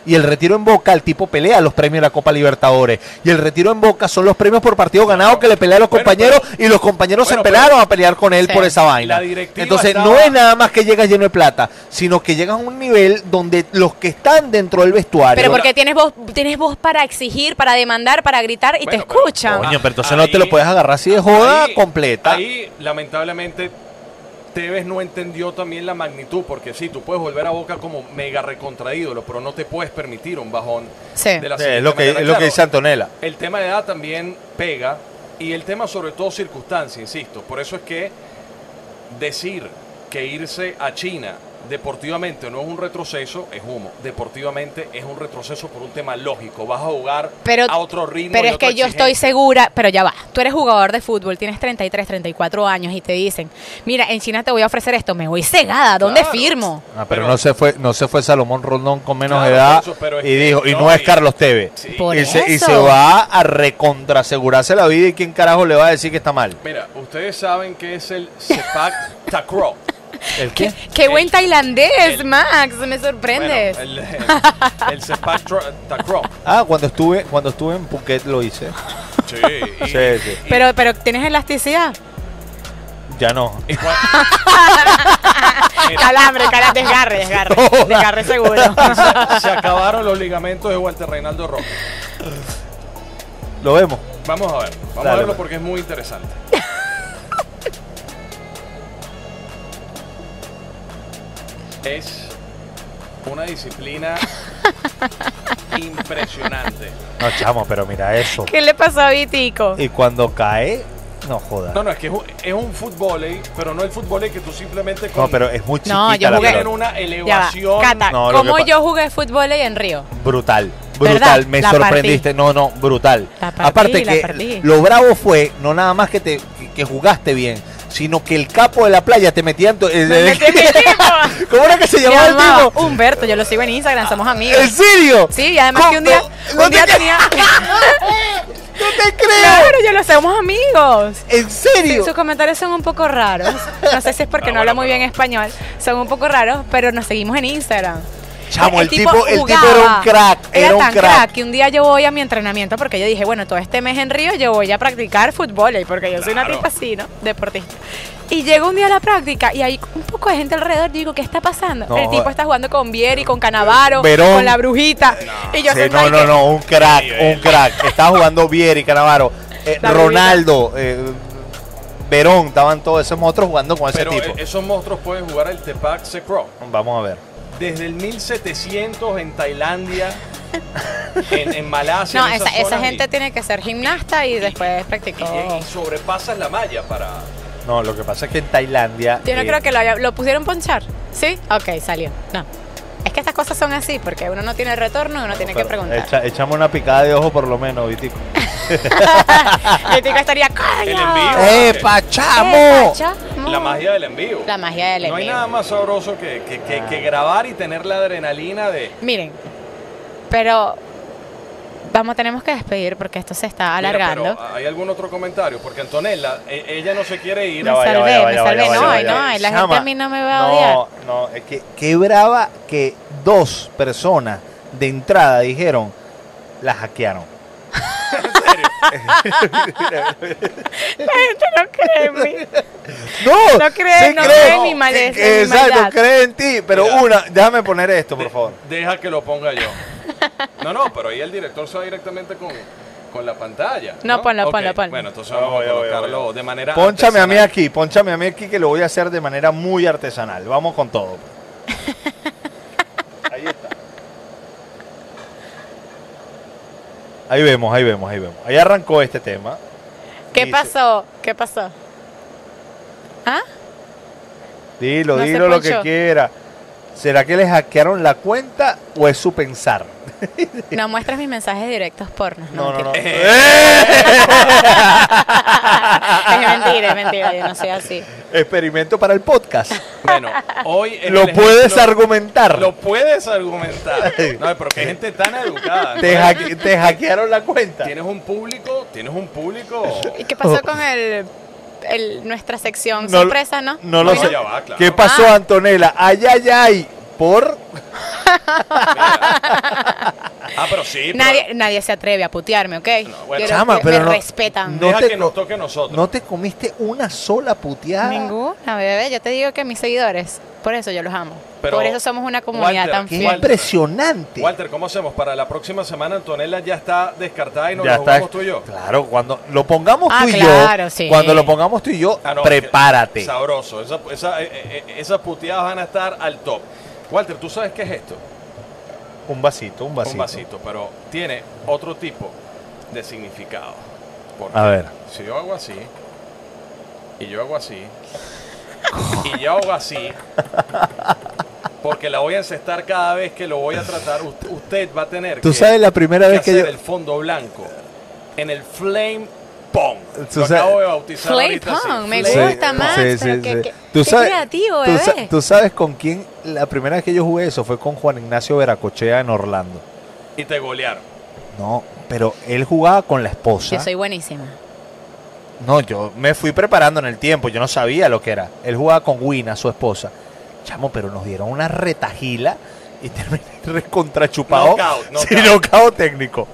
Speaker 4: Y el retiro en Boca, el tipo pelea los premios de la Copa Libertadores. Y el retiro en Boca son los premios por partido ganado que le pelea a los
Speaker 3: Bueno,
Speaker 4: compañeros
Speaker 3: pero-
Speaker 4: y los compañeros
Speaker 3: bueno,
Speaker 4: se pelaron a pelear con él
Speaker 2: Sí.
Speaker 4: por esa vaina.
Speaker 3: La directiva
Speaker 4: Entonces no
Speaker 3: estaba-
Speaker 4: es nada más que llegas lleno de plata, sino que llegas a un nivel donde los que están dentro del vestuario...
Speaker 2: Pero porque tienes voz, tienes voz para exigir, para demandar, para gritar y
Speaker 3: Bueno,
Speaker 2: te
Speaker 3: pero-
Speaker 2: escuchan.
Speaker 4: Coño, pero entonces
Speaker 3: Ahí-
Speaker 4: no te lo puedes agarrar así de joda
Speaker 3: Ahí-
Speaker 4: completa.
Speaker 3: Ahí, lamentablemente, Tevez no entendió también la magnitud, porque sí, tú puedes volver a Boca como mega recontraídolo, pero no te puedes permitir un bajón.
Speaker 2: Sí.
Speaker 3: de la
Speaker 4: Sí,
Speaker 3: siguiente
Speaker 4: es lo que,
Speaker 3: manera.
Speaker 4: es lo que
Speaker 3: Claro,
Speaker 4: dice Antonella.
Speaker 3: El tema de edad también pega y el tema sobre todo circunstancia, insisto. Por eso es que decir que irse a China deportivamente no es un retroceso es humo. Deportivamente es un retroceso por un tema lógico. Vas a jugar
Speaker 2: Pero,
Speaker 3: a otro ritmo.
Speaker 2: pero
Speaker 3: y
Speaker 2: es
Speaker 3: otra
Speaker 2: que yo
Speaker 3: exigencia.
Speaker 2: estoy segura, pero ya va, tú eres jugador de fútbol, tienes 33, 34 años y te dicen, mira, en China te voy a ofrecer esto, me voy cegada, ¿dónde
Speaker 3: Claro.
Speaker 2: firmo?
Speaker 4: Ah, pero, no se fue, no se fue Salomón Rondón con menos
Speaker 3: Claro,
Speaker 4: edad
Speaker 3: por eso, pero es
Speaker 4: y
Speaker 3: que
Speaker 4: dijo, y
Speaker 3: no,
Speaker 4: no, es
Speaker 3: y-
Speaker 4: Carlos Tevez.
Speaker 3: Sí.
Speaker 2: Por
Speaker 4: y, se, y
Speaker 2: eso.
Speaker 4: se va a recontrasegurarse la vida y quién carajo le va a decir que está mal.
Speaker 3: Mira, ustedes saben que es el
Speaker 2: (laughs)
Speaker 3: Sepak Takraw.
Speaker 4: ¿El
Speaker 2: Qué, qué buen tailandés, Max, me
Speaker 3: Bueno,
Speaker 2: sorprendes.
Speaker 3: el, el Sepak Tra- Takraw.
Speaker 4: Ah, cuando estuve, cuando estuve en Phuket lo hice.
Speaker 3: Sí. y-
Speaker 4: Sí, sí.
Speaker 2: pero, pero tienes elasticidad.
Speaker 4: Ya no.
Speaker 3: y cuan- Mira.
Speaker 2: Calambre, calambre, desgarre, desgarre. Desgarre seguro.
Speaker 3: (laughs) se, se acabaron los ligamentos de Walter Reinaldo Rojas.
Speaker 4: Lo vemos.
Speaker 3: Vamos a ver, vamos a
Speaker 4: Dale,
Speaker 3: verlo
Speaker 4: pues.
Speaker 3: porque es
Speaker 2: (laughs)
Speaker 3: muy interesante. es
Speaker 2: (laughs)
Speaker 3: una disciplina impresionante.
Speaker 4: No, chamo, pero mira eso.
Speaker 2: ¿Qué le pasó a Vitico?
Speaker 4: Y cuando cae, no joda.
Speaker 3: No,
Speaker 4: No,
Speaker 3: no, es que es un, es un fútbol, eh, pero no el fútbol que tú simplemente con
Speaker 4: pero es muy chiquita
Speaker 2: No, yo
Speaker 4: la
Speaker 2: jugué-
Speaker 4: pelota.
Speaker 3: tienen una
Speaker 2: Ya va,
Speaker 3: elevación.
Speaker 2: Cata,
Speaker 4: No, lo
Speaker 2: ¿cómo
Speaker 4: que pa-
Speaker 2: yo jugué fútbol en Río?
Speaker 4: Brutal,
Speaker 2: ¿Verdad?
Speaker 4: brutal, me
Speaker 2: La
Speaker 4: sorprendiste. No, no, brutal.
Speaker 2: La partí,
Speaker 4: Aparte
Speaker 2: la
Speaker 4: que
Speaker 2: partí.
Speaker 4: lo bravo fue no nada más que te que, que jugaste bien, sino que el capo de la playa te metía en tu- eh,
Speaker 2: Me metí en
Speaker 4: (laughs)
Speaker 2: mi equipo.
Speaker 4: ¿Cómo era que se llamaba el
Speaker 2: llamaba
Speaker 4: tipo?
Speaker 2: Humberto, yo lo sigo en Instagram, somos amigos.
Speaker 4: ¿En serio?
Speaker 2: Sí, y además que un día,
Speaker 4: ¿Cómo? No
Speaker 2: un día
Speaker 4: te-
Speaker 2: tenía.
Speaker 4: no te te creo!
Speaker 2: Claro, ya lo somos amigos.
Speaker 4: ¿En
Speaker 2: Sí,
Speaker 4: serio?
Speaker 2: sus comentarios son un poco raros. No sé si es porque
Speaker 3: Ah,
Speaker 2: no habla muy
Speaker 3: bueno,
Speaker 2: bien español. Son un poco raros, pero nos seguimos en Instagram.
Speaker 4: Chamo, el tipo- el tipo era un
Speaker 2: jugaba.
Speaker 4: crack,
Speaker 2: Era,
Speaker 4: era un
Speaker 2: tan
Speaker 4: crack.
Speaker 2: que un día yo voy a mi entrenamiento porque yo dije, bueno, todo este mes en Río yo voy a practicar fútbol, y porque yo soy una
Speaker 3: Claro.
Speaker 2: tipa así, ¿no? Deportista. Y llego un día a la práctica y hay un poco de gente alrededor. Yo digo, ¿qué está pasando?
Speaker 4: No. eh.
Speaker 2: el tipo está jugando con Vieri, con Canavaro,
Speaker 4: Verón.
Speaker 2: con la brujita. y yo
Speaker 4: Sí,
Speaker 2: sentada
Speaker 4: no,
Speaker 2: y
Speaker 4: no,
Speaker 2: que-
Speaker 4: no, un crack,
Speaker 3: Sí,
Speaker 4: un crack. Estaba jugando Vieri, Canavaro, eh,
Speaker 2: La
Speaker 4: Ronaldo, eh, Verón, estaban todos esos monstruos jugando con ese
Speaker 3: Pero
Speaker 4: tipo.
Speaker 3: eh, esos monstruos pueden jugar el Tepak Sekro.
Speaker 4: Vamos a ver.
Speaker 3: Desde el 1700 en
Speaker 2: (laughs)
Speaker 3: Tailandia, en, en Malasia.
Speaker 2: No,
Speaker 3: en
Speaker 2: esa,
Speaker 3: esas
Speaker 2: esa
Speaker 3: zonas,
Speaker 2: gente
Speaker 3: y-
Speaker 2: tiene que ser gimnasta y después practicó.
Speaker 3: y, y sobrepasas la malla para.
Speaker 4: No, lo que pasa es que en Tailandia.
Speaker 2: Yo no
Speaker 4: eh,
Speaker 2: creo que lo, haya- lo pusieron ponchar. ¿Sí? Ok, salió. No. Es que estas cosas son así, porque uno no tiene retorno y uno tiene que
Speaker 4: pero
Speaker 2: preguntar. (laughs)
Speaker 4: echa- echamos una picada de ojo por lo menos, Vitico.
Speaker 2: El tico estaría,
Speaker 3: El
Speaker 2: ¡coño!
Speaker 3: envío.
Speaker 4: (laughs) ¡Epa, chamo!
Speaker 2: chamo!
Speaker 3: La magia del envío.
Speaker 2: La magia del
Speaker 3: No hay
Speaker 2: envío.
Speaker 3: nada más sabroso que, que- que- que grabar y tener la adrenalina de.
Speaker 2: Miren, pero vamos, tenemos que despedir porque esto se está
Speaker 3: Mira,
Speaker 2: alargando. (laughs)
Speaker 3: pero ah. hay algún otro comentario, porque Antonella, e- ella no se quiere ir.
Speaker 2: No. Me salvé, me salvé. No, ay, no, ay, la gente
Speaker 4: Chama,
Speaker 2: a mí no me va a
Speaker 4: No, no, es que qué brava que dos personas de entrada dijeron, la hackearon.
Speaker 2: No creen mí.
Speaker 4: No,
Speaker 2: No creen, no
Speaker 4: sí creen.
Speaker 2: creen mi maleza,
Speaker 4: Eh,
Speaker 2: mi
Speaker 4: Exacto,
Speaker 2: maldad.
Speaker 4: creen en ti, pero
Speaker 3: Mira.
Speaker 4: una, déjame poner esto, por
Speaker 3: De-
Speaker 4: favor.
Speaker 3: Deja que lo ponga yo. No, no, pero ahí el director se va directamente con, con la pantalla.
Speaker 2: No,
Speaker 3: No,
Speaker 2: ponlo,
Speaker 3: Ok,
Speaker 2: ponlo, ponlo.
Speaker 3: Bueno, entonces
Speaker 4: Voy,
Speaker 3: vamos
Speaker 4: Ah, voy,
Speaker 3: a
Speaker 4: voy,
Speaker 3: colocarlo
Speaker 4: voy.
Speaker 3: de manera.
Speaker 4: Pónchame a mí
Speaker 3: artesanal.
Speaker 4: aquí, pónchame a mí aquí que lo voy a hacer de manera muy artesanal. Vamos
Speaker 3: (laughs)
Speaker 4: con todo. Ahí está. Ahí vemos, ahí vemos, ahí vemos. Ahí arrancó este tema.
Speaker 2: ¿Qué
Speaker 4: Dice-
Speaker 2: pasó? ¿Qué pasó? ¿Ah?
Speaker 4: Dilo,
Speaker 2: No se
Speaker 4: dilo lo que
Speaker 2: ponchó.
Speaker 4: quiera. ¿Será que le hackearon la cuenta o es su pensar?
Speaker 2: No muestres mis mensajes directos pornos.
Speaker 4: No,
Speaker 2: (laughs)
Speaker 4: no, no.
Speaker 2: mentira.
Speaker 4: (laughs)
Speaker 2: es mentira, es mentira. Yo no soy así.
Speaker 4: Experimento para
Speaker 3: (laughs)
Speaker 4: el podcast.
Speaker 3: Bueno, hoy. en
Speaker 4: Lo
Speaker 3: el
Speaker 4: puedes
Speaker 3: ejemplo-
Speaker 4: argumentar.
Speaker 3: Lo puedes
Speaker 4: (laughs)
Speaker 3: argumentar. No, pero qué gente tan educada.
Speaker 4: Te,
Speaker 3: ¿no?
Speaker 4: hacke- te hackearon la cuenta.
Speaker 3: Tienes un público, tienes un
Speaker 4: (laughs)
Speaker 3: público.
Speaker 2: ¿Y qué pasó con el, el- nuestra sección sorpresa, no?
Speaker 4: No lo
Speaker 3: No,
Speaker 4: sé.
Speaker 3: ya va, claro.
Speaker 4: ¿Qué pasó,
Speaker 2: Ah.
Speaker 4: Antonella? Ay, ay, ay. Por.
Speaker 3: Ah, pero sí. pero-
Speaker 2: Nadie, nadie se atreve a putearme, ¿ok?
Speaker 3: bueno.
Speaker 2: Quiero
Speaker 4: Chama,
Speaker 2: que me
Speaker 4: pero no-
Speaker 2: respetan.
Speaker 4: no
Speaker 3: Deja
Speaker 4: te
Speaker 3: que
Speaker 4: co-
Speaker 3: nos toque a nosotros.
Speaker 4: No te comiste una sola puteada.
Speaker 2: Ninguna, bebé. Yo te digo que mis seguidores, por eso yo los amo.
Speaker 3: Pero,
Speaker 2: por eso somos una comunidad
Speaker 3: Walter,
Speaker 2: tan
Speaker 4: Qué
Speaker 2: fiel.
Speaker 3: Walter.
Speaker 4: impresionante.
Speaker 3: Walter, ¿cómo hacemos? Para la próxima semana Antonella ya está descartada y nos
Speaker 4: ya
Speaker 3: la
Speaker 4: está.
Speaker 3: jugamos tú y yo.
Speaker 4: Claro, cuando lo pongamos
Speaker 2: Ah,
Speaker 4: tú y
Speaker 2: claro,
Speaker 4: yo.
Speaker 2: sí.
Speaker 4: Cuando lo pongamos tú y yo,
Speaker 3: Ah, no,
Speaker 4: prepárate.
Speaker 3: que- Sabroso. Esa- esa- eh, eh, eh, esas puteadas van a estar al top. Walter, ¿tú sabes qué es esto?
Speaker 4: Un vasito, un vasito.
Speaker 3: Un vasito, pero tiene otro tipo de significado. Porque
Speaker 4: A ver.
Speaker 3: Si yo hago así, y yo hago así, y yo hago así, porque la voy a encestar cada vez que lo voy a tratar, us- usted va a tener
Speaker 4: Tú
Speaker 3: que,
Speaker 4: sabes la primera
Speaker 3: que
Speaker 4: vez que
Speaker 3: hacer
Speaker 4: yo.
Speaker 3: el fondo blanco en el flame pong.
Speaker 4: Tú
Speaker 3: Lo
Speaker 4: sabes-
Speaker 3: acabo de bautizar
Speaker 2: Flame
Speaker 3: ahorita así,
Speaker 2: pong, me
Speaker 3: flame
Speaker 2: gusta. Max, pero qué- qué- qué creativo,
Speaker 4: tú, sa-
Speaker 2: bebé.
Speaker 4: tú sabes con quién. La primera vez que yo jugué eso fue con Juan Ignacio Veracochea en Orlando.
Speaker 3: Y te golearon.
Speaker 4: No, pero él jugaba con la esposa.
Speaker 2: Yo soy buenísima.
Speaker 4: No, yo me fui preparando en el tiempo, yo no sabía lo que era. Él jugaba con Wina, su esposa. Chamo, pero nos dieron una retajila y terminé (laughs) recontrachupado.
Speaker 3: Knockout,
Speaker 4: Sí,
Speaker 3: knockout.
Speaker 4: knockout técnico.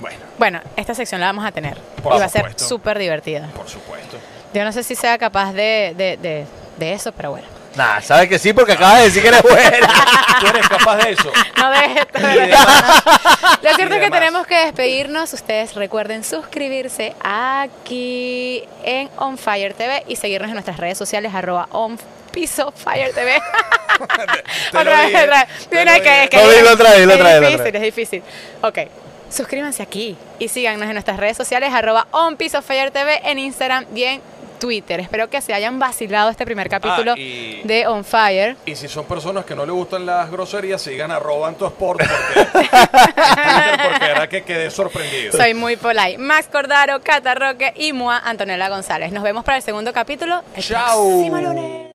Speaker 3: Bueno,
Speaker 2: Bueno, esta sección la vamos a tener.
Speaker 3: Por
Speaker 2: y va a ser
Speaker 3: supuesto.
Speaker 2: súper divertida.
Speaker 3: por supuesto.
Speaker 2: Yo no sé si sea capaz de, de, de, de eso, pero bueno.
Speaker 4: Nah, sabes que sí, porque acabas de decir que eres buena.
Speaker 3: Tú eres capaz de eso.
Speaker 2: No dejes esto.
Speaker 3: Y demás.
Speaker 2: Lo cierto es que
Speaker 3: demás.
Speaker 2: tenemos que despedirnos. Ustedes recuerden suscribirse aquí en On Fire TV y seguirnos en nuestras redes sociales arroba on piso fire TV.
Speaker 3: (laughs) Te
Speaker 2: (laughs)
Speaker 3: lo
Speaker 2: otra vez,
Speaker 3: dije,
Speaker 2: otra vez.
Speaker 3: te
Speaker 2: Mira,
Speaker 3: lo
Speaker 2: que-
Speaker 3: dije.
Speaker 2: que-
Speaker 4: Lo digo otra vez, lo otra vez, lo
Speaker 2: Es
Speaker 4: otra
Speaker 2: difícil, es difícil. Ok. Suscríbanse aquí y síganos en nuestras redes sociales arroba on piso fire TV en Instagram y en Twitter. Espero que se hayan vacilado este primer capítulo
Speaker 3: Ah, y-
Speaker 2: de On Fire.
Speaker 3: Y si son personas que no le gustan las groserías, sigan arroba Antosport porque, en Twitter, porque verá que quedé sorprendido.
Speaker 2: Soy muy polite. Max Cordaro, Cata Roque y Mua Antonella González. Nos vemos para el segundo capítulo. el
Speaker 3: Chao.
Speaker 2: próximo lunes.